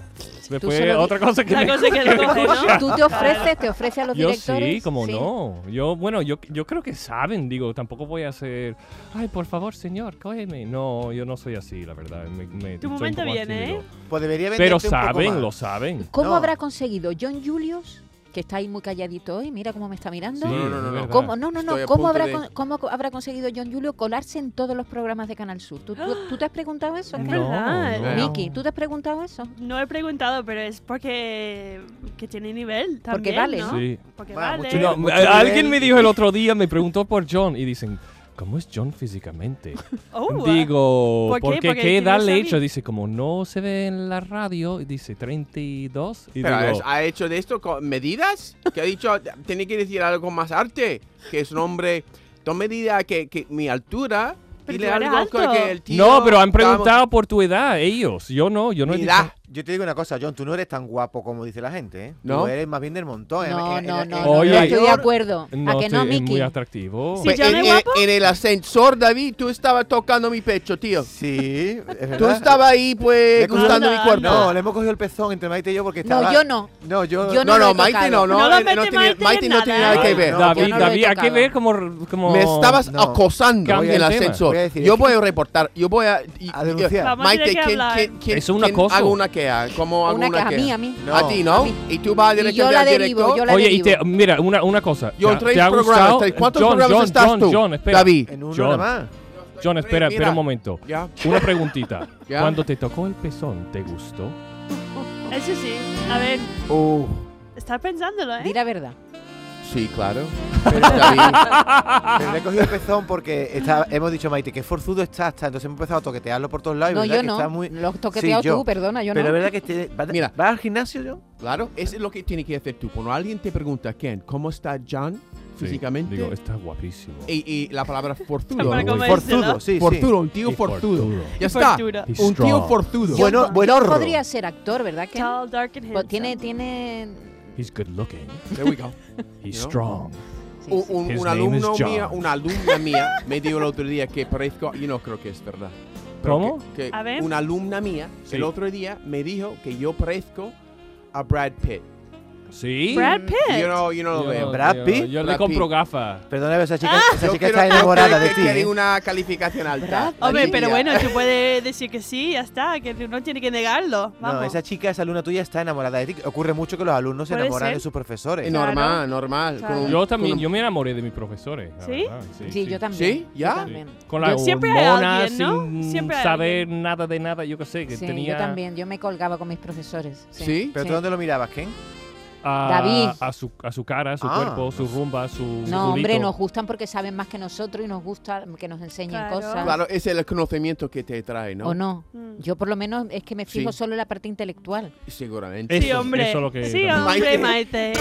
Speaker 3: Después
Speaker 5: solo di-
Speaker 3: otra cosa que
Speaker 5: La
Speaker 3: me-
Speaker 5: cosa que
Speaker 3: me
Speaker 5: le coge, ¿no?
Speaker 3: escucha.
Speaker 2: Tú te ofreces, te ofreces a los
Speaker 3: Yo
Speaker 2: directores.
Speaker 3: sí, como no. Yo, bueno, yo, yo creo que saben, digo, tampoco voy a ser, ay, por favor, señor, cógeme. No, yo no soy así, la verdad. me- me- soy
Speaker 2: Tu
Speaker 3: un
Speaker 2: momento
Speaker 3: poco más
Speaker 2: viene,
Speaker 3: tímido.
Speaker 2: ¿eh?
Speaker 5: Pues debería
Speaker 3: Pero
Speaker 5: venderte un poco más.
Speaker 3: saben, lo saben.
Speaker 2: ¿Cómo
Speaker 5: No.
Speaker 2: habrá conseguido John Julius, que está ahí muy calladito hoy, mira cómo me está mirando?
Speaker 3: Sí, No, no, no, es no. verdad.
Speaker 2: ¿Cómo, no, no, no,
Speaker 3: Estoy a
Speaker 2: ¿cómo,
Speaker 3: punto
Speaker 2: habrá,
Speaker 3: de-
Speaker 2: con- cómo co- habrá conseguido John Julio colarse en todos los programas de Canal Sur? ¿Tú, tú, tú te has preguntado eso?
Speaker 14: Es
Speaker 2: Ken?
Speaker 14: verdad.
Speaker 3: no.
Speaker 2: Miki, ¿tú te has preguntado eso?
Speaker 14: No he preguntado, pero es porque que tiene nivel
Speaker 2: Porque
Speaker 14: también,
Speaker 2: vale.
Speaker 14: ¿no?
Speaker 3: Sí.
Speaker 14: Porque
Speaker 3: Va,
Speaker 14: vale.
Speaker 3: No, eh, alguien me dijo el otro día, me preguntó por John y dicen, ¿cómo es John físicamente?
Speaker 14: Oh,
Speaker 3: Digo,
Speaker 14: ¿por qué?
Speaker 3: porque,
Speaker 14: Porque
Speaker 3: qué
Speaker 14: tiene
Speaker 3: edad le he
Speaker 14: esa
Speaker 3: hecho?
Speaker 14: vi-
Speaker 3: Dice, como no se ve en la radio, y dice 32. Y
Speaker 4: Pero
Speaker 3: digo,
Speaker 4: ¿ha- ¿ha hecho de esto con medidas? Que ha dicho, tiene que decir algo con más arte, que es un hombre, toma medida que, que mi altura,
Speaker 14: Pero
Speaker 4: dile
Speaker 14: tú eres
Speaker 4: algo con
Speaker 14: alto.
Speaker 4: que el tío...
Speaker 3: no, pero han preguntado
Speaker 4: Vamos.
Speaker 3: por tu edad, ellos. Yo no, yo no he
Speaker 5: Mi
Speaker 3: dicho-
Speaker 5: edad. Yo te digo una cosa, John, tú no eres tan guapo como dice la gente, ¿eh?
Speaker 3: ¿No?
Speaker 5: Tú eres más bien del montón. eh,
Speaker 2: No, no, no,
Speaker 3: no, Oye, no
Speaker 2: estoy de acuerdo. ¿A que no,
Speaker 3: estoy- es
Speaker 2: Miki?
Speaker 3: muy atractivo.
Speaker 4: Pues en, en- en el ascensor, David, tú estabas tocando mi pecho, tío.
Speaker 5: Sí,
Speaker 4: Tú estabas ahí, pues, gustando mi cuerpo.
Speaker 5: No, le hemos cogido el pezón entre Maite y yo porque
Speaker 4: No,
Speaker 5: estaba...
Speaker 4: yo no.
Speaker 5: No, yo...
Speaker 4: Yo no No, lo no, he Maite tocado. no, no, No lo eh, no mete tiene- Maite en Maite no tiene nada, nada que ¿eh? ver. No,
Speaker 3: David,
Speaker 4: yo no lo he
Speaker 3: David, hay que
Speaker 4: tocado.
Speaker 3: ver como... como
Speaker 4: Me estabas acosando
Speaker 3: Cambia
Speaker 4: en el
Speaker 3: tema.
Speaker 4: ascensor. yo voy a reportar, yo voy a. y- y-
Speaker 3: Vamos a
Speaker 4: Maite,
Speaker 3: tener que
Speaker 4: ¿quién,
Speaker 3: hablar.
Speaker 4: quién, quién-
Speaker 3: Eso es un
Speaker 4: quién
Speaker 3: acoso.
Speaker 4: hago una que haga? ¿Cómo hago
Speaker 2: Una
Speaker 4: una,
Speaker 2: que a
Speaker 4: que
Speaker 2: mí,
Speaker 4: haga?
Speaker 2: a mí.
Speaker 4: A ti, ¿no?
Speaker 2: A mí.
Speaker 4: Y tú vas
Speaker 2: Y yo
Speaker 4: directamente
Speaker 2: la
Speaker 4: al
Speaker 2: derivo,
Speaker 4: director.
Speaker 2: yo la
Speaker 3: Oye, y te, mira, una, una cosa.
Speaker 4: Yo
Speaker 3: ¿Te-
Speaker 4: tres
Speaker 3: ¿Te ha
Speaker 4: programas,
Speaker 3: gustado?
Speaker 4: tres- ¿cuántos
Speaker 3: John,
Speaker 4: programas
Speaker 3: John,
Speaker 4: estás
Speaker 3: John,
Speaker 4: tú,
Speaker 3: John, espera.
Speaker 4: David? En uno
Speaker 3: John.
Speaker 4: nada más.
Speaker 3: John, espera, espera
Speaker 4: Mira.
Speaker 3: un momento.
Speaker 4: Ya.
Speaker 3: Una preguntita.
Speaker 4: Ya.
Speaker 3: Cuando te tocó el pezón, ¿te gustó?
Speaker 14: Eso sí. A ver,
Speaker 4: Oh,
Speaker 14: estás pensándolo, ¿eh?
Speaker 2: Di la verdad.
Speaker 4: sí, claro.
Speaker 5: Pero le he cogido el pezón porque está- hemos dicho, Maite, que forzudo está, está. Entonces hemos empezado a toquetearlo por todos lados. y
Speaker 2: No,
Speaker 5: verdad
Speaker 2: yo
Speaker 5: que
Speaker 2: no.
Speaker 5: Está muy...
Speaker 2: Lo has toqueteado
Speaker 5: Sí, yo.
Speaker 2: tú, perdona, yo
Speaker 5: Pero
Speaker 2: no.
Speaker 5: es verdad que
Speaker 3: este-
Speaker 5: te... va-
Speaker 4: Mira.
Speaker 5: ¿Vas al gimnasio, yo?
Speaker 4: Claro, eso es lo que tiene que hacer tú. Cuando alguien te pregunta, Ken, ¿cómo está John? físicamente.
Speaker 3: Digo, está guapísimo.
Speaker 4: Y, y la palabra forzudo.
Speaker 3: Para
Speaker 4: ¿no?
Speaker 3: comérselo. Forzudo, sí, sí.
Speaker 4: Forzudo, un tío
Speaker 3: Y
Speaker 4: forzudo.
Speaker 3: forzudo.
Speaker 4: Ya
Speaker 3: Y
Speaker 4: está.
Speaker 3: fortuna. Y
Speaker 4: Un tío
Speaker 3: strong.
Speaker 4: forzudo.
Speaker 2: Yo- yo Podría ser actor, ¿verdad? Que Pues tiene, tiene.
Speaker 3: He's good looking.
Speaker 4: There we go.
Speaker 3: He's
Speaker 4: You know?
Speaker 3: strong.
Speaker 4: Un, un-
Speaker 3: His name
Speaker 4: un
Speaker 3: is
Speaker 4: alumno
Speaker 3: John.
Speaker 4: mía, una alumna mía me dijo el otro día que parezco, yo no creo que es verdad. Pero
Speaker 3: ¿Cómo?
Speaker 4: que- que
Speaker 14: A ver.
Speaker 4: Una alumna mía
Speaker 3: Sí.
Speaker 4: el otro día me dijo que yo parezco a Brad Pitt.
Speaker 3: ¿Sí?
Speaker 14: Brad Pitt.
Speaker 4: Mm, Yo no, yo no lo
Speaker 3: Yo
Speaker 4: veo.
Speaker 3: no, Brad yo- Pitt? yo le compro gafas.
Speaker 5: Perdona, pero esa
Speaker 14: Ah.
Speaker 5: chica, esa
Speaker 4: Yo
Speaker 5: chica
Speaker 4: quiero-
Speaker 5: está
Speaker 4: yo
Speaker 5: enamorada
Speaker 4: creo
Speaker 5: de
Speaker 4: que
Speaker 5: ti.
Speaker 4: quiere
Speaker 5: ¿eh?
Speaker 4: una calificación alta.
Speaker 14: Hombre,
Speaker 4: Allí
Speaker 14: pero
Speaker 4: ya.
Speaker 14: bueno, tú puedes decir que sí, ya está, que no tiene que negarlo.
Speaker 5: No,
Speaker 14: Vamos.
Speaker 5: esa chica, esa alumna tuya, está enamorada de ti. Ocurre mucho que los alumnos se
Speaker 14: Puede
Speaker 5: enamoran
Speaker 14: ser.
Speaker 5: de sus profesores.
Speaker 4: Es normal, Ah, normal.
Speaker 14: Claro.
Speaker 3: Yo también, yo me enamoré de mis profesores. la
Speaker 14: ¿Sí?
Speaker 3: verdad,
Speaker 2: Sí, yo también.
Speaker 4: ¿Sí? ¿Ya?
Speaker 2: Yo también.
Speaker 3: Con las
Speaker 2: Yo siempre hay
Speaker 3: hormonas,
Speaker 2: alguien, ¿no?
Speaker 3: sin
Speaker 2: Siempre hay
Speaker 3: saber nada de nada, yo qué sé, que
Speaker 2: Sí,
Speaker 3: tenía...
Speaker 2: yo también. Yo me colgaba con mis profesores. Sí.
Speaker 5: ¿Pero tú dónde lo mirabas, Ken?
Speaker 3: A,
Speaker 2: David.
Speaker 3: A su, a su cara, a su
Speaker 5: Ah.
Speaker 3: cuerpo, su rumba, su... su
Speaker 2: No, hombre,
Speaker 3: culito.
Speaker 2: nos gustan porque saben más que nosotros y nos gusta que nos enseñen cosas.
Speaker 4: Claro, ese es el conocimiento que te trae, ¿no?
Speaker 2: O no.
Speaker 14: Mm.
Speaker 2: Yo por lo menos es que me fijo
Speaker 4: Sí.
Speaker 2: solo en la parte intelectual.
Speaker 4: Seguramente.
Speaker 3: Eso, eso es lo que
Speaker 14: Sí, hombre, Maite.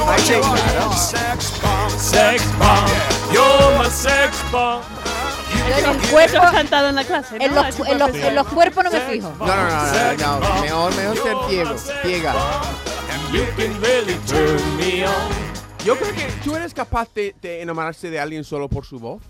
Speaker 3: Sex bomb. You're my sex bomb.
Speaker 2: En el
Speaker 14: Eso
Speaker 2: cuerpo,
Speaker 14: has cantado en la clase, ¿no?
Speaker 2: en los,
Speaker 14: A tu
Speaker 2: en los-
Speaker 14: profesor.
Speaker 2: en los cuerpos no me fijo.
Speaker 4: No, no, no, no, no, Mejor, mejor ser ciego. Ciega. Yo creo que tú eres capaz de, de enamorarse de alguien solo por su voz.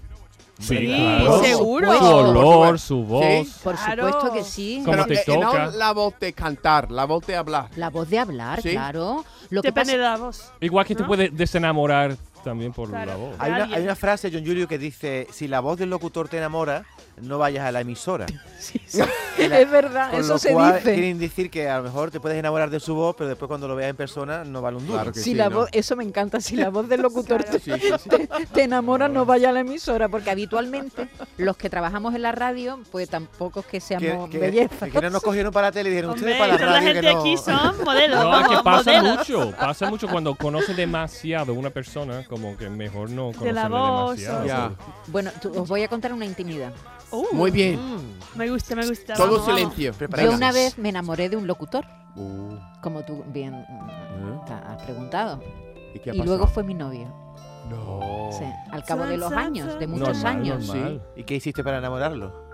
Speaker 3: Sí,
Speaker 4: Sí,
Speaker 3: claro.
Speaker 4: seguro.
Speaker 3: Su olor, su voz.
Speaker 2: Por supuesto que sí.
Speaker 3: Cómo te
Speaker 4: eh, eh, no
Speaker 3: toca.
Speaker 4: la voz de cantar, la voz de hablar.
Speaker 2: La voz de hablar,
Speaker 4: Sí.
Speaker 2: claro. Lo que
Speaker 14: Depende
Speaker 2: pasa-
Speaker 14: de la voz.
Speaker 3: Igual que te
Speaker 14: ¿No?
Speaker 3: puedes desenamorar también por la
Speaker 14: Claro.
Speaker 3: voz.
Speaker 5: Hay una,
Speaker 14: Alguien.
Speaker 5: hay una frase, John Julio, que dice: Si la voz del locutor te enamora, no vayas a la emisora.
Speaker 2: Es verdad,
Speaker 5: Con
Speaker 2: eso
Speaker 5: lo
Speaker 2: se
Speaker 5: cual,
Speaker 2: dice.
Speaker 5: Quieren decir que a lo mejor te puedes enamorar de su voz, pero después cuando lo veas en persona no vale un duro.
Speaker 4: Claro que
Speaker 2: Si la
Speaker 14: eh,
Speaker 2: voz, eso me encanta, si la voz del locutor te,
Speaker 4: Sí, sí, sí.
Speaker 2: te- te enamora, no vaya a la emisora, porque habitualmente los que trabajamos en la radio, pues tampoco es que seamos
Speaker 5: que,
Speaker 2: belleza.
Speaker 5: que no nos cogieron para la tele y dijeron ustedes
Speaker 14: Hombre,
Speaker 5: para la
Speaker 14: toda la
Speaker 5: radio
Speaker 14: gente
Speaker 5: que no.
Speaker 14: aquí son modelos.
Speaker 3: No, es que
Speaker 14: vamos,
Speaker 3: pasa
Speaker 14: modelos.
Speaker 3: mucho, pasa mucho cuando conoce demasiado una persona, como que mejor no
Speaker 14: De
Speaker 3: conocerle
Speaker 14: la voz.
Speaker 3: demasiado.
Speaker 14: o-
Speaker 4: Ya.
Speaker 2: Bueno, tú- os voy a contar una intimidad.
Speaker 14: Uh, mm,
Speaker 4: Muy bien.
Speaker 14: Me gusta, me gusta.
Speaker 4: Todo
Speaker 14: vamos, vamos.
Speaker 4: silencio.
Speaker 2: Yo una vez me enamoré de un locutor,
Speaker 4: Uh, ¿Eh?
Speaker 2: como tú bien mm, te has preguntado.
Speaker 4: ¿Y qué ha
Speaker 2: Y luego
Speaker 4: pasado?
Speaker 2: fue mi novio.
Speaker 4: No.
Speaker 2: Sí, al cabo de los
Speaker 14: San,
Speaker 2: años,
Speaker 14: san,
Speaker 2: de
Speaker 14: san.
Speaker 2: muchos
Speaker 3: Normal,
Speaker 2: años.
Speaker 3: normal.
Speaker 5: ¿Y qué hiciste para enamorarlo?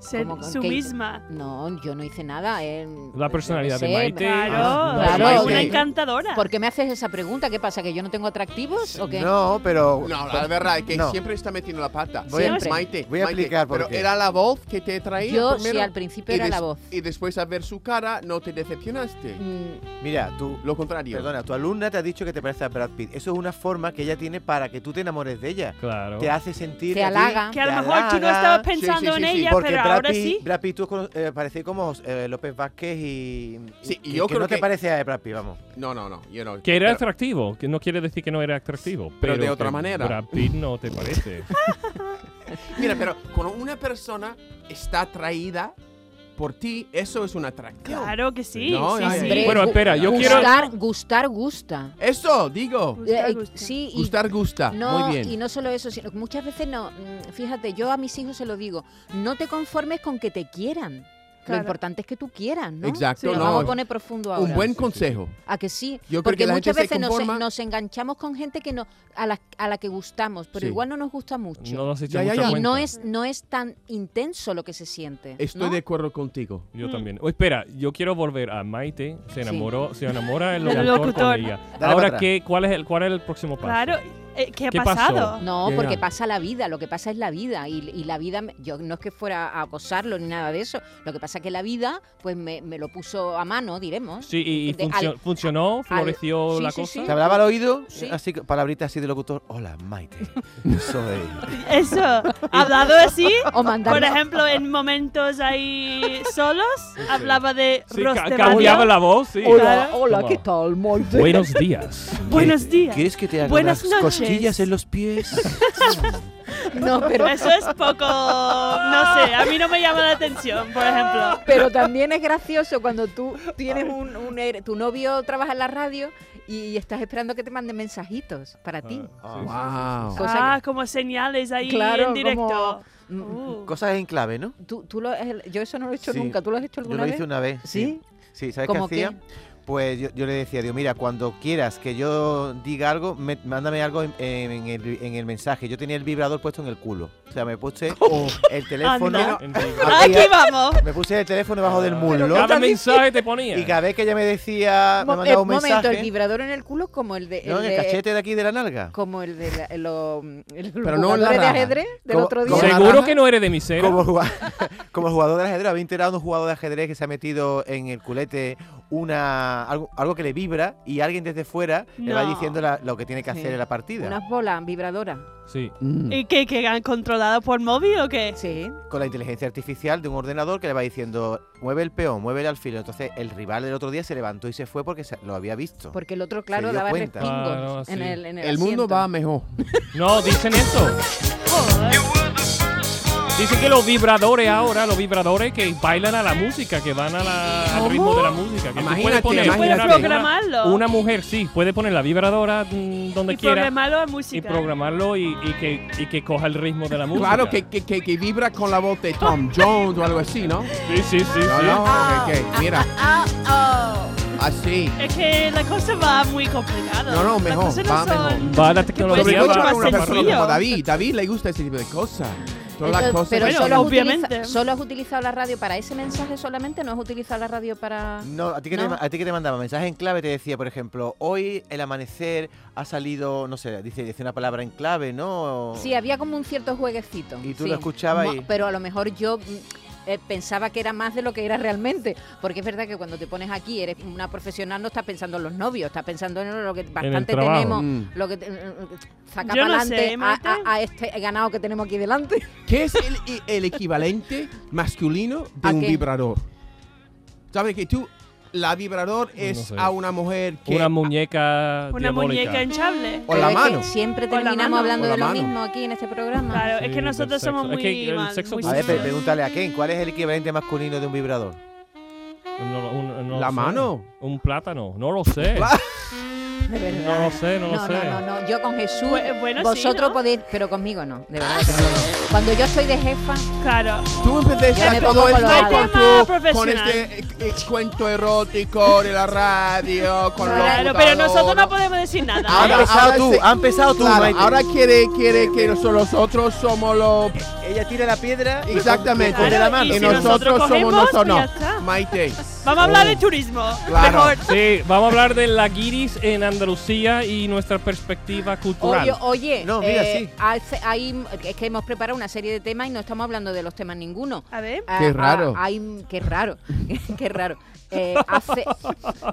Speaker 14: Ser
Speaker 2: Como con
Speaker 14: su
Speaker 2: que-
Speaker 14: misma.
Speaker 2: No, yo no hice nada. él-
Speaker 3: La personalidad de
Speaker 2: sé,
Speaker 3: Maite.
Speaker 14: Claro,
Speaker 3: Ah,
Speaker 2: claro,
Speaker 14: una
Speaker 2: que-
Speaker 14: encantadora.
Speaker 2: ¿Por qué me haces esa pregunta? ¿Qué pasa? ¿Que yo no tengo atractivos? ¿O qué?
Speaker 5: No, pero.
Speaker 4: No, la verdad es que
Speaker 5: Pues, no.
Speaker 4: siempre está metiendo la pata.
Speaker 5: Voy a-
Speaker 4: Siempre. Maite,
Speaker 5: voy a
Speaker 4: Maite,
Speaker 5: explicar por
Speaker 4: Pero
Speaker 5: qué.
Speaker 4: era la voz que te traía
Speaker 2: Yo,
Speaker 4: primero,
Speaker 2: sí, al principio
Speaker 4: y
Speaker 2: era la
Speaker 4: des-
Speaker 2: voz.
Speaker 4: Y después al ver su cara, no te decepcionaste.
Speaker 2: Mm,
Speaker 5: Mira, tú.
Speaker 4: Lo contrario.
Speaker 5: Perdona, tu alumna te ha dicho que te parece a Brad Pitt. Eso es una forma que ella tiene para que tú te enamores de ella.
Speaker 3: Claro.
Speaker 5: Te hace sentir.
Speaker 2: Te
Speaker 5: a ti-
Speaker 2: halaga.
Speaker 14: Que a lo
Speaker 5: te
Speaker 14: mejor tú no
Speaker 5: halaga.
Speaker 14: estabas
Speaker 4: Sí, sí,
Speaker 14: pensando
Speaker 4: sí,
Speaker 14: en
Speaker 4: sí.
Speaker 14: ella,
Speaker 5: Porque
Speaker 14: pero
Speaker 5: Brad
Speaker 14: ahora
Speaker 5: Pitt,
Speaker 14: sí.
Speaker 5: Brad Pitt, tú cono- eh, parecés como eh, López Vázquez y.
Speaker 4: Sí, y
Speaker 5: que-
Speaker 4: yo
Speaker 5: que
Speaker 4: creo
Speaker 5: no te
Speaker 4: que-
Speaker 5: parece a Brad Pitt, vamos.
Speaker 4: No, no, no. Yo no.
Speaker 3: Que era
Speaker 4: Pero-
Speaker 3: atractivo, que no quiere decir que no era atractivo. Pero,
Speaker 4: Pero de otra
Speaker 3: que
Speaker 4: manera.
Speaker 3: Brad Pitt no te parece.
Speaker 4: Mira, pero cuando una persona está atraída por ti, eso es una atracción.
Speaker 14: Claro que sí.
Speaker 4: No,
Speaker 14: sí,
Speaker 4: ay,
Speaker 14: sí.
Speaker 4: hombre.
Speaker 3: bueno, espera, yo quiero.
Speaker 2: gustar, gustar gusta.
Speaker 4: Eso, digo.
Speaker 14: Gustar,
Speaker 2: Eh, eh,
Speaker 14: gusta.
Speaker 2: sí, y,
Speaker 4: Gustar gusta.
Speaker 2: no,
Speaker 4: Muy bien.
Speaker 2: y no solo eso, sino que muchas veces no. mm, Fíjate, yo a mis hijos se lo digo, no te conformes con que te quieran. Lo
Speaker 14: Claro.
Speaker 2: importante es que tú quieras, ¿no?
Speaker 4: Exacto,
Speaker 2: Nos
Speaker 4: no.
Speaker 2: vamos a poner profundo ahora.
Speaker 4: Un buen consejo.
Speaker 2: A que sí,
Speaker 4: Yo creo
Speaker 2: porque
Speaker 4: que la
Speaker 2: muchas
Speaker 4: gente se
Speaker 2: veces nos,
Speaker 4: conforma-
Speaker 2: nos enganchamos con gente que no a la, a la que gustamos, pero
Speaker 4: Sí.
Speaker 2: igual no nos gusta mucho.
Speaker 3: No nos he hecho
Speaker 4: Ya, ya,
Speaker 3: mucha
Speaker 4: ya.
Speaker 2: y no
Speaker 3: cuenta.
Speaker 2: es no es tan intenso lo que se siente.
Speaker 4: Estoy
Speaker 2: ¿no?
Speaker 4: de acuerdo contigo.
Speaker 3: Yo
Speaker 14: Mm.
Speaker 3: también. Oh, espera, yo quiero volver a Maite. Se enamoró, se enamora el
Speaker 14: Del
Speaker 3: locutor,
Speaker 14: locutor.
Speaker 3: con ella.
Speaker 5: para
Speaker 3: Ahora,
Speaker 5: atrás.
Speaker 3: ¿qué, cuál, es el, ¿cuál es el próximo paso?
Speaker 14: Claro. eh, ¿Qué ha
Speaker 3: ¿Qué pasó?
Speaker 14: pasado?
Speaker 2: No,
Speaker 4: Ya,
Speaker 2: porque
Speaker 4: ya.
Speaker 2: pasa la vida, lo que pasa es la vida y, y la vida, me- yo no es que fuera a acosarlo ni nada de eso, lo que pasa es que la vida pues me, me lo puso a mano, diremos.
Speaker 3: Sí, y, y
Speaker 2: De-
Speaker 3: funcio-
Speaker 2: al-
Speaker 3: funcionó, floreció
Speaker 2: sí,
Speaker 3: la
Speaker 2: sí,
Speaker 3: cosa.
Speaker 2: sí.
Speaker 5: Te hablaba al oído,
Speaker 2: Sí.
Speaker 5: así que palabritas así de locutor. Hola, Maite. Soy.
Speaker 14: Eso. Hablado así.
Speaker 2: O mandar
Speaker 14: Por ejemplo, en momentos ahí solos, hablaba de
Speaker 3: Sí,
Speaker 14: Ros
Speaker 3: ca-
Speaker 14: de
Speaker 3: cambiaba
Speaker 14: María.
Speaker 3: la voz, sí.
Speaker 14: Hola,
Speaker 3: Como,
Speaker 2: tal,
Speaker 3: Buenos días.
Speaker 14: Buenos días.
Speaker 5: ¿Quieres que te haga
Speaker 14: Buenas
Speaker 5: unas
Speaker 14: noches.
Speaker 5: cosquillas en los pies?
Speaker 2: No, pero
Speaker 14: Eso es poco, no sé, a mí no me llama la atención, por ejemplo.
Speaker 2: Pero también es gracioso cuando tú tienes un, un er- tu novio trabaja en la radio y estás esperando que te manden mensajitos para ti.
Speaker 5: Ah,
Speaker 4: Wow.
Speaker 2: Cosa
Speaker 14: ah, como señales ahí
Speaker 2: Claro,
Speaker 14: en directo.
Speaker 2: como-
Speaker 14: Uh.
Speaker 5: Cosas en clave, ¿no?
Speaker 2: Tú, tú lo- el- yo eso no lo he hecho
Speaker 5: Sí.
Speaker 2: nunca. ¿Tú lo has hecho
Speaker 5: Yo
Speaker 2: alguna
Speaker 5: lo
Speaker 2: vez?
Speaker 5: hice una vez.
Speaker 2: ¿Sí?
Speaker 5: Sí, ¿sabes qué
Speaker 2: ¿Cómo qué?
Speaker 5: hacía? Pues yo, yo le decía, digo, mira, cuando quieras que yo diga algo, me- mándame algo en, en el, en el mensaje. Yo tenía el vibrador puesto en el culo. O sea, me puse el teléfono.
Speaker 3: Anda.
Speaker 5: aquí,
Speaker 3: Aquí
Speaker 14: vamos.
Speaker 5: Me puse el teléfono debajo del
Speaker 3: Pero
Speaker 5: muslo.
Speaker 3: cada mensaje te ponía.
Speaker 5: Y cada vez que ella me decía, me
Speaker 2: Mo-
Speaker 5: mandaba
Speaker 2: eh,
Speaker 5: un mensaje.
Speaker 2: momento, el vibrador en el culo como el de...
Speaker 5: No, en el
Speaker 2: de-
Speaker 5: cachete de aquí de la nalga.
Speaker 2: Como el de la- lo- el
Speaker 5: Pero no en la
Speaker 2: jugador de
Speaker 5: raja.
Speaker 2: ajedrez del
Speaker 5: Como-
Speaker 2: otro día.
Speaker 5: como la
Speaker 3: Seguro
Speaker 5: raja.
Speaker 3: que no eres de misera.
Speaker 5: Como, jugua- como jugador de ajedrez, había enterado un jugador de ajedrez que se ha metido en el culete una algo, algo que le vibra y alguien desde fuera le va
Speaker 14: No.
Speaker 5: diciendo la- lo que tiene que hacer en la partida.
Speaker 2: Unas bolas vibradoras.
Speaker 3: Sí.
Speaker 14: Mm.
Speaker 2: Mm.
Speaker 14: ¿Y qué, que han controlado por móvil o qué?
Speaker 2: Sí.
Speaker 5: Con la inteligencia artificial de un ordenador que le va diciendo, mueve el peón, mueve el alfil. Entonces el rival del otro día se levantó y se fue porque se- lo había visto.
Speaker 2: Porque el otro, claro,
Speaker 5: Se dio
Speaker 2: daba
Speaker 5: cuenta.
Speaker 2: respingos
Speaker 5: Claro,
Speaker 2: en
Speaker 5: sí.
Speaker 2: el, en el
Speaker 4: El mundo va mejor.
Speaker 3: No, dicen eso. Dicen que los vibradores ahora, los vibradores que bailan a la música, que van a la- al ritmo de la música. Que tú
Speaker 4: Imagínate,
Speaker 3: una-
Speaker 4: imagínate. Puedes programarlo.
Speaker 3: Una mujer, sí, puede poner la vibradora mm, donde
Speaker 4: Y
Speaker 3: quiera.
Speaker 4: programarlo
Speaker 14: a música. ¿eh?
Speaker 3: Y programarlo y, y que, y que coja el ritmo de la música.
Speaker 4: Claro, que, que, que, que vibra con la voz de Tom Jones o algo así, ¿no?
Speaker 3: Sí, sí, sí.
Speaker 4: No,
Speaker 3: sí.
Speaker 4: no, que- que- mira,
Speaker 14: Ah, oh.
Speaker 4: así.
Speaker 14: Es que la cosa va muy complicada.
Speaker 4: No, no,
Speaker 14: Las
Speaker 4: mejor,
Speaker 14: cosas no
Speaker 4: va
Speaker 14: son-
Speaker 4: mejor.
Speaker 3: Va la
Speaker 4: Sobre
Speaker 3: tecnología.
Speaker 4: todo
Speaker 3: va-
Speaker 4: para Pues, una
Speaker 3: va-
Speaker 4: persona como David. David le gusta ese tipo de cosas. Todas las cosas
Speaker 2: Entonces, pero
Speaker 4: que son-
Speaker 2: solo has, utiliza- solo has utilizado la radio para ese mensaje solamente, no has utilizado la radio para...
Speaker 5: No, a ti, que
Speaker 2: No.
Speaker 5: Te, a ti que te mandaba mensaje en clave te decía, por ejemplo, hoy el amanecer ha salido, no sé, dice, dice una palabra en clave, ¿no?
Speaker 14: eh,
Speaker 2: Sí, había como un cierto jueguecito.
Speaker 5: Y tú
Speaker 2: sí.
Speaker 5: lo escuchabas
Speaker 2: Mo-
Speaker 5: y-
Speaker 2: Pero a lo mejor yo mm, eh, pensaba que era más de lo que era realmente. Porque es verdad que cuando te pones aquí, eres una profesional, no estás pensando en los novios, estás pensando en lo que bastante
Speaker 3: trabajo.
Speaker 2: tenemos,
Speaker 3: Mm.
Speaker 2: lo que te- mm, mm, saca
Speaker 14: Yo
Speaker 2: para
Speaker 14: no
Speaker 2: adelante
Speaker 14: sé,
Speaker 2: a,
Speaker 14: Maite.
Speaker 2: a- a este ganado que tenemos aquí delante.
Speaker 4: ¿Qué es el, el- el equivalente masculino de
Speaker 2: ¿A
Speaker 4: un
Speaker 2: qué?
Speaker 4: vibrador? ¿Sabes que tú, la vibrador es
Speaker 3: sé.
Speaker 4: a una mujer que...
Speaker 3: Una muñeca
Speaker 14: Una
Speaker 3: diabólica.
Speaker 14: muñeca hinchable.
Speaker 4: O la
Speaker 2: Pero es que
Speaker 4: mano.
Speaker 2: Siempre
Speaker 14: O la
Speaker 2: terminamos
Speaker 14: mano.
Speaker 2: hablando
Speaker 14: O la
Speaker 2: de lo
Speaker 14: mano.
Speaker 2: mismo aquí en este programa.
Speaker 14: Claro, es
Speaker 5: Sí,
Speaker 14: que nosotros
Speaker 5: del
Speaker 14: somos
Speaker 5: sexo.
Speaker 14: muy.
Speaker 5: Es que el
Speaker 14: mal-
Speaker 3: sexo
Speaker 14: muy
Speaker 5: A ver, pre-
Speaker 14: sucios.
Speaker 5: pregúntale a Ken, ¿cuál es el equivalente masculino de un vibrador?
Speaker 3: No, un- no
Speaker 5: La
Speaker 3: lo sé.
Speaker 5: mano.
Speaker 3: Un plátano. No lo sé.
Speaker 2: De verdad.
Speaker 3: No lo sé, no lo sé.
Speaker 2: No, no, no. Yo con Jesús,
Speaker 14: Bu- bueno, sí,
Speaker 2: vosotros
Speaker 14: ¿no?
Speaker 2: podéis, pero conmigo no. De verdad que no. Cuando yo soy de jefa,
Speaker 14: Claro.
Speaker 4: Tú
Speaker 2: Ya me
Speaker 4: empezaste todo
Speaker 2: pongo
Speaker 4: esto
Speaker 2: colorada.
Speaker 4: con,
Speaker 2: Hay tema
Speaker 4: tu- con
Speaker 14: profesional.
Speaker 4: este eh, eh, cuento erótico de la radio, con
Speaker 14: Claro,
Speaker 4: los
Speaker 14: pero nosotros
Speaker 4: locutadores.
Speaker 14: no podemos decir nada.
Speaker 4: Ahora-
Speaker 14: ¿eh?
Speaker 4: ahora se- claro,
Speaker 5: Maite.
Speaker 4: ahora quiere, quiere que nosotros, nosotros somos los...
Speaker 5: Ella tira la piedra y
Speaker 4: Exactamente.
Speaker 5: con- con la mano.
Speaker 4: Y
Speaker 5: Y si
Speaker 4: nosotros
Speaker 14: nosotros
Speaker 4: somos
Speaker 14: cogemos,
Speaker 4: nosotros.
Speaker 14: pues
Speaker 4: No.
Speaker 14: ya está.
Speaker 4: Maite.
Speaker 14: Vamos a hablar de turismo.
Speaker 4: Claro.
Speaker 14: Mejor.
Speaker 3: Sí, vamos a hablar de la guiris en Andalucía y nuestra perspectiva cultural.
Speaker 2: Oye, oye,
Speaker 3: No, mira,
Speaker 2: eh,
Speaker 3: sí.
Speaker 2: hace- hay- es que hemos preparado una serie de temas y no estamos hablando de los temas ninguno.
Speaker 14: A ver.
Speaker 2: Ah,
Speaker 4: Qué raro.
Speaker 2: ah, hay- qué raro, qué raro. Eh, hace-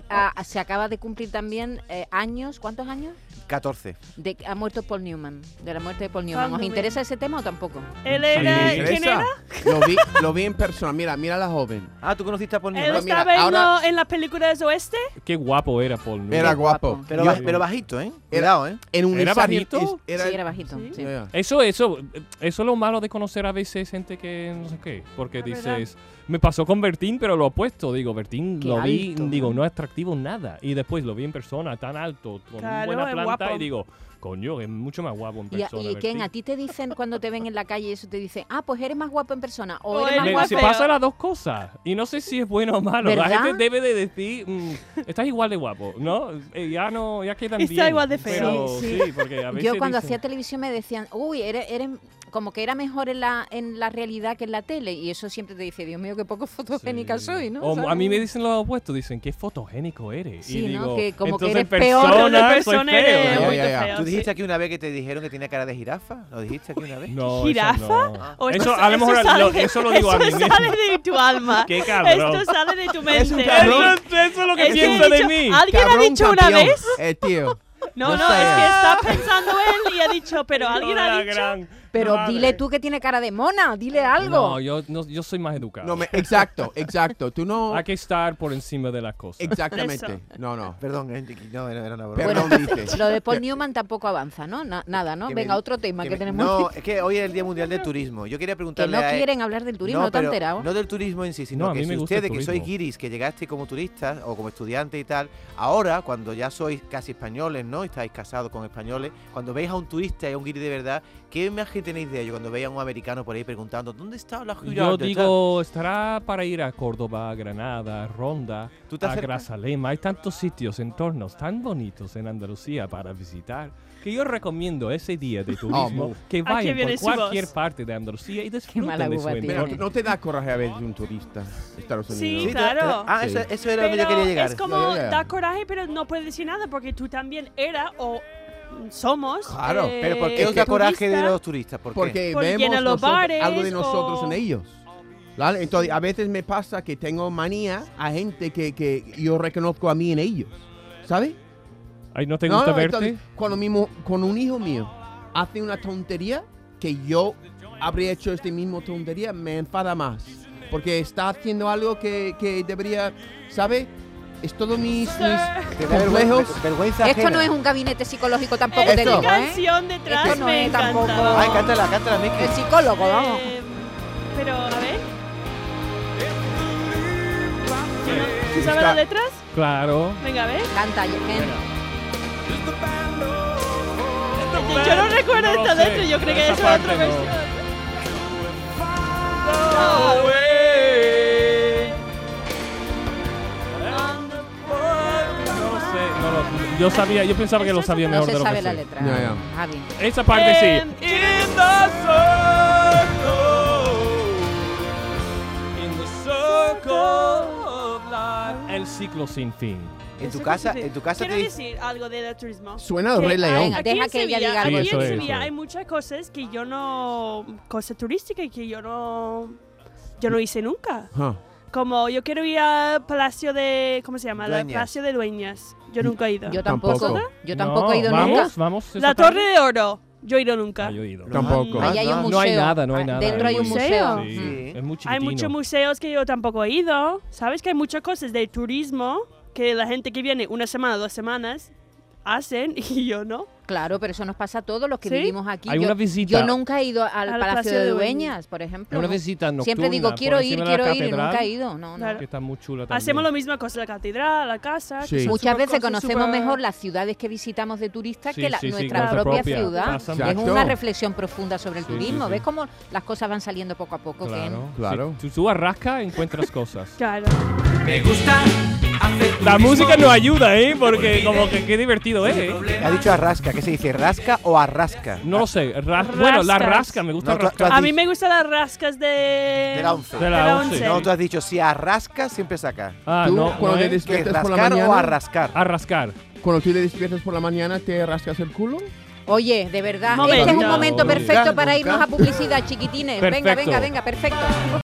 Speaker 2: ah, se acaba de cumplir también eh, años, ¿cuántos años?
Speaker 5: 14.
Speaker 2: De que ha muerto Paul Newman, de la muerte de Paul Newman.
Speaker 14: Paul
Speaker 2: ¿Os
Speaker 14: Newman. Eh,
Speaker 2: interesa ese tema o tampoco?
Speaker 14: Él era.
Speaker 4: Sí.
Speaker 14: ¿Quién
Speaker 4: Teresa,
Speaker 14: era?
Speaker 4: Lo vi, lo vi en persona. Mira, mira a la joven.
Speaker 5: Ah, tú conociste a Paul
Speaker 14: Él
Speaker 4: Mira,
Speaker 14: estaba en
Speaker 4: ahora-
Speaker 14: lo- en las películas oeste.
Speaker 3: Qué guapo era Paul. Newman.
Speaker 4: Era guapo.
Speaker 5: Pero,
Speaker 4: Yo-
Speaker 5: ba- pero bajito, ¿eh? Cuidado, ¿eh?
Speaker 4: En un
Speaker 3: ¿Era
Speaker 4: examen-
Speaker 3: bajito?
Speaker 4: es- era-
Speaker 2: Sí, era bajito. sí.
Speaker 4: Yeah.
Speaker 3: Eso, eso, eso es lo malo de conocer a veces gente que no sé qué, porque dices, me pasó con Bertín, pero lo opuesto, digo, Bertín
Speaker 2: Qué
Speaker 3: lo vi,
Speaker 2: alto,
Speaker 3: digo, no es atractivo nada, y después lo vi en persona, tan alto, con
Speaker 2: Claro,
Speaker 3: buena
Speaker 2: es
Speaker 3: planta,
Speaker 2: guapo.
Speaker 3: y digo, coño, es mucho más guapo en
Speaker 2: Y, a-
Speaker 3: persona.
Speaker 2: y Ken,
Speaker 3: Bertín".
Speaker 2: a ti te dicen cuando te ven en la calle eso, te dicen, ah, pues eres más guapo en persona o,
Speaker 14: O
Speaker 2: eres
Speaker 14: eres
Speaker 2: más
Speaker 3: Le-
Speaker 2: guapo.
Speaker 3: se pasa las dos cosas y no sé si es bueno o malo. La
Speaker 2: ¿Verdad?
Speaker 3: gente debe de decir, mm, estás igual de guapo, ¿no? Eh, ya no, ya quedan
Speaker 14: Está
Speaker 3: bien.
Speaker 14: igual de feo.
Speaker 3: pero
Speaker 2: Sí,
Speaker 3: sí,
Speaker 2: sí.
Speaker 3: porque a veces
Speaker 2: Yo cuando
Speaker 3: dicen-
Speaker 2: hacía televisión me decían, uy, eres, eres como que era mejor en la, en la realidad que en la tele. Y eso siempre te dice, Dios mío, qué poco fotogénica soy, ¿no?
Speaker 3: O
Speaker 2: ¿Sabes?
Speaker 3: a mí me dicen lo opuesto, dicen qué fotogénico eres.
Speaker 2: Sí,
Speaker 3: y
Speaker 2: ¿no?
Speaker 3: digo,
Speaker 2: Que como que
Speaker 3: entonces
Speaker 2: eres
Speaker 3: en
Speaker 2: peor,
Speaker 3: persona,
Speaker 2: en persona
Speaker 3: soy feo.
Speaker 2: eres
Speaker 3: ¿no?
Speaker 4: muy Ya, ya, ya. feo,
Speaker 5: Tú
Speaker 14: sí.
Speaker 5: dijiste aquí una vez que te dijeron que tenía cara de jirafa. ¿Lo dijiste aquí una vez?
Speaker 3: No, eso
Speaker 14: ¿Jirafa?
Speaker 3: no.
Speaker 14: O
Speaker 3: Eso a lo mejor
Speaker 14: sale
Speaker 3: lo-
Speaker 14: de-
Speaker 3: eso lo digo a mí
Speaker 14: Eso
Speaker 3: mismo.
Speaker 14: sale de tu alma.
Speaker 3: Qué cabrón.
Speaker 14: Esto sale de tu mente.
Speaker 4: Es un cabrón.
Speaker 3: Eso, eso es lo que
Speaker 14: Es que he
Speaker 3: piensa de
Speaker 14: dicho-
Speaker 3: mí.
Speaker 14: ¿Alguien ha
Speaker 4: Cabrón
Speaker 14: dicho una
Speaker 4: campeón.
Speaker 14: vez?
Speaker 4: Eh, tío.
Speaker 14: No, no,
Speaker 4: sé.
Speaker 14: es que está pensando él y ha dicho, pero alguien ha
Speaker 3: Hola,
Speaker 14: dicho.
Speaker 3: gran
Speaker 2: Pero
Speaker 3: madre.
Speaker 2: dile tú que tiene cara de mona, dile algo.
Speaker 3: No, yo, no, yo soy más educado.
Speaker 4: No, me- exacto, exacto. Tú no...
Speaker 3: Hay que estar por encima de las cosas.
Speaker 4: Exactamente. No, no.
Speaker 5: Perdón, eh, no, era era una broma.
Speaker 4: Perdón, dices.
Speaker 2: Lo de Paul Newman tampoco avanza, ¿no? Na- nada, ¿no?
Speaker 5: Que me-
Speaker 2: Venga, otro tema que,
Speaker 5: me-
Speaker 2: tenemos.
Speaker 5: No, es que hoy es el Día Mundial del Turismo. Yo quería preguntarle
Speaker 2: no
Speaker 5: a él-
Speaker 2: quieren hablar del turismo, ¿no te has
Speaker 5: pero
Speaker 2: enterado?
Speaker 5: No del turismo en sí, sino
Speaker 3: No, a
Speaker 5: que
Speaker 3: mí me
Speaker 5: si
Speaker 3: gusta el
Speaker 5: ustedes que sois
Speaker 3: turismo.
Speaker 5: guiris, que llegasteis como turistas o como estudiantes y tal, ahora cuando ya sois casi españoles, ¿no? Y estáis casados con españoles, cuando veis a un turista y a un guiri de verdad, ¿qué imagen qué tenéis de ello cuando veis a un americano por ahí preguntando ¿dónde está la
Speaker 3: Yo
Speaker 5: Giralda?
Speaker 3: digo, estará para ir a Córdoba, a Granada, a Ronda,
Speaker 5: ¿Tú te
Speaker 3: a
Speaker 5: acercas?
Speaker 3: Grazalema. Hay tantos sitios, entornos tan bonitos en Andalucía para visitar que yo recomiendo ese día de turismo
Speaker 4: muy.
Speaker 3: que
Speaker 4: Aquí
Speaker 3: vayan
Speaker 4: viene
Speaker 3: por
Speaker 4: su voz.
Speaker 3: cualquier parte de Andalucía y
Speaker 4: mala
Speaker 3: disfruten de su
Speaker 4: uva tiene.
Speaker 3: entorno.
Speaker 4: Pero no te da coraje a ver un turista Estados Unidos.
Speaker 14: Sí, claro.
Speaker 5: ah, yo quería
Speaker 14: Pero
Speaker 5: llegar.
Speaker 14: Es como
Speaker 4: Ya, ya, ya.
Speaker 14: da coraje, pero no puedes decir nada porque tú también era o somos.
Speaker 5: Claro,
Speaker 14: eh,
Speaker 5: pero ¿por qué os da
Speaker 14: turista.
Speaker 5: coraje de los turistas? ¿Por qué?
Speaker 4: Porque,
Speaker 14: Porque
Speaker 4: vemos
Speaker 14: llenan los
Speaker 4: nosotros-
Speaker 14: bares
Speaker 4: algo de nosotros
Speaker 14: o-
Speaker 4: en ellos. ¿vale? Entonces, a veces me pasa que tengo manía a gente que, que yo reconozco a mí en ellos. ¿Sabes?
Speaker 3: Ay, ¿no te
Speaker 4: No,
Speaker 3: gusta
Speaker 4: no,
Speaker 3: verte?
Speaker 4: entonces, cuando mismo, con un hijo mío hace una tontería que yo habría hecho este mismo tontería, me enfada más. Porque está haciendo algo que, que debería, ¿sabe? Es todo mis, mis
Speaker 5: Te da
Speaker 4: complejos.
Speaker 5: vergüenza- vergüenza
Speaker 2: Esto no es un gabinete psicológico tampoco, te
Speaker 4: Esto.
Speaker 2: digo, ¿eh?
Speaker 14: canción detrás
Speaker 2: Esto no
Speaker 14: me
Speaker 2: es
Speaker 14: encanta.
Speaker 2: tampoco...
Speaker 5: Ay, cántala, cántala, Miki.
Speaker 2: El psicólogo, vamos.
Speaker 14: Eh, Pero, a ver. Yo no- ¿Tú sabes las letras?
Speaker 3: Claro.
Speaker 14: Venga, a ver.
Speaker 2: Canta, Yemen.
Speaker 14: Yo no recuerdo
Speaker 3: No lo
Speaker 14: esta
Speaker 3: sé,
Speaker 14: letra, yo creo que
Speaker 3: esa
Speaker 14: es otra
Speaker 3: parte no.
Speaker 14: versión. No.
Speaker 3: No sé, no lo- yo sabía, yo pensaba que lo sabía
Speaker 2: No
Speaker 3: mejor
Speaker 2: se
Speaker 3: de lo
Speaker 2: sabe
Speaker 3: que
Speaker 2: la
Speaker 3: sé.
Speaker 2: letra.
Speaker 3: Ya,
Speaker 2: Javi.
Speaker 3: ya. Esa parte sí.
Speaker 14: In the
Speaker 3: circle, in the circle of life. El ciclo sin fin.
Speaker 5: En tu casa, en tu casa
Speaker 14: Quiero
Speaker 5: te dice-
Speaker 14: decir algo del turismo.
Speaker 3: Suena el Rey
Speaker 14: hay-
Speaker 3: León.
Speaker 14: aquí
Speaker 3: Venga,
Speaker 14: en
Speaker 2: deja que
Speaker 14: Sevilla-
Speaker 2: ella diga
Speaker 3: algo.
Speaker 14: aquí
Speaker 3: Sí, eso
Speaker 14: en
Speaker 3: es,
Speaker 14: Sevilla
Speaker 3: eso
Speaker 14: hay muchas cosas que yo no. cosas turísticas que yo no. yo no hice nunca. Como yo quiero ir al Palacio de. ¿Cómo se llama? El
Speaker 3: Dueñas.
Speaker 14: Palacio de Dueñas. Yo nunca he ido.
Speaker 2: Yo tampoco. Tampoco. Yo tampoco he ido
Speaker 3: vamos,
Speaker 2: nunca.
Speaker 3: Vamos, esa
Speaker 14: La
Speaker 3: tarde.
Speaker 14: Torre de Oro. Yo he ido nunca.
Speaker 3: Ah, yo he ido.
Speaker 4: Tampoco.
Speaker 2: Ahí hay un
Speaker 3: No hay
Speaker 2: museo.
Speaker 3: nada, no hay
Speaker 2: Ah,
Speaker 3: nada.
Speaker 2: dentro
Speaker 3: Es
Speaker 2: hay un
Speaker 3: muy-
Speaker 2: museo.
Speaker 3: sí,
Speaker 2: Sí.
Speaker 3: Es muy
Speaker 14: Hay
Speaker 3: chiquitino.
Speaker 14: muchos museos que yo tampoco he ido. Sabes que hay muchas cosas de turismo que la gente que viene una semana, dos semanas, hacen y yo no.
Speaker 2: Claro, pero eso nos pasa a todos los que
Speaker 14: ¿Sí?
Speaker 2: vivimos aquí.
Speaker 3: Hay
Speaker 2: yo,
Speaker 3: una visita-
Speaker 2: yo nunca he ido al, Palacio, de Dueñas, por ejemplo.
Speaker 3: Una
Speaker 2: ¿no?
Speaker 3: visita nocturna.
Speaker 2: Siempre digo,
Speaker 3: por
Speaker 2: quiero ir,
Speaker 3: encima de la
Speaker 2: quiero ir, y nunca he
Speaker 3: catedral,
Speaker 2: ido. No, no.
Speaker 3: Que está muy chula también.
Speaker 14: Hacemos lo mismo con la catedral, la casa. que
Speaker 3: Sí.
Speaker 14: son
Speaker 2: Muchas
Speaker 14: súper
Speaker 2: veces
Speaker 14: cosas
Speaker 2: conocemos
Speaker 14: súper-
Speaker 2: mejor las ciudades que visitamos de turistas
Speaker 3: Sí,
Speaker 2: que la-
Speaker 3: sí, sí,
Speaker 2: nuestra
Speaker 3: nuestra
Speaker 2: propia,
Speaker 3: propia.
Speaker 2: ciudad.
Speaker 3: Pasa
Speaker 2: Es
Speaker 3: mucho.
Speaker 2: una reflexión profunda sobre el
Speaker 3: Sí, sí,
Speaker 2: turismo.
Speaker 3: sí.
Speaker 2: ¿Ves cómo las cosas van saliendo poco a poco? Ken?
Speaker 3: Claro. Si tú arrascas, encuentras cosas.
Speaker 14: Claro.
Speaker 3: Me gusta. La música no ayuda, ¿eh? Porque como que qué divertido es, ¿eh?
Speaker 5: Ha dicho arrasca, ¿qué se dice? ¿Rasca o arrasca?
Speaker 3: No lo sé. ras- Bueno, la
Speaker 5: Rascas.
Speaker 3: rasca, me gusta
Speaker 5: No, tú- tú has
Speaker 3: rascar.
Speaker 14: A mí me gustan las rascas de...
Speaker 5: De la 11.
Speaker 3: De la De la once. once.
Speaker 5: No, tú has dicho, si arrasca, siempre saca.
Speaker 3: Ah,
Speaker 4: Tú,
Speaker 3: no,
Speaker 4: cuando
Speaker 3: no
Speaker 4: te
Speaker 3: es.
Speaker 4: despiertas
Speaker 5: ¿Qué,
Speaker 4: por la
Speaker 5: rascar o
Speaker 4: mañana.
Speaker 5: arrascar?
Speaker 3: Arrascar.
Speaker 4: Cuando tú te despiertas por la mañana, te rascas el culo.
Speaker 2: Oye, de verdad,
Speaker 4: Momento.
Speaker 2: este es un momento
Speaker 4: Nunca,
Speaker 2: perfecto para
Speaker 4: nunca.
Speaker 2: irnos a publicidad, chiquitines. Venga,
Speaker 4: Perfecto.
Speaker 2: venga, venga, perfecto.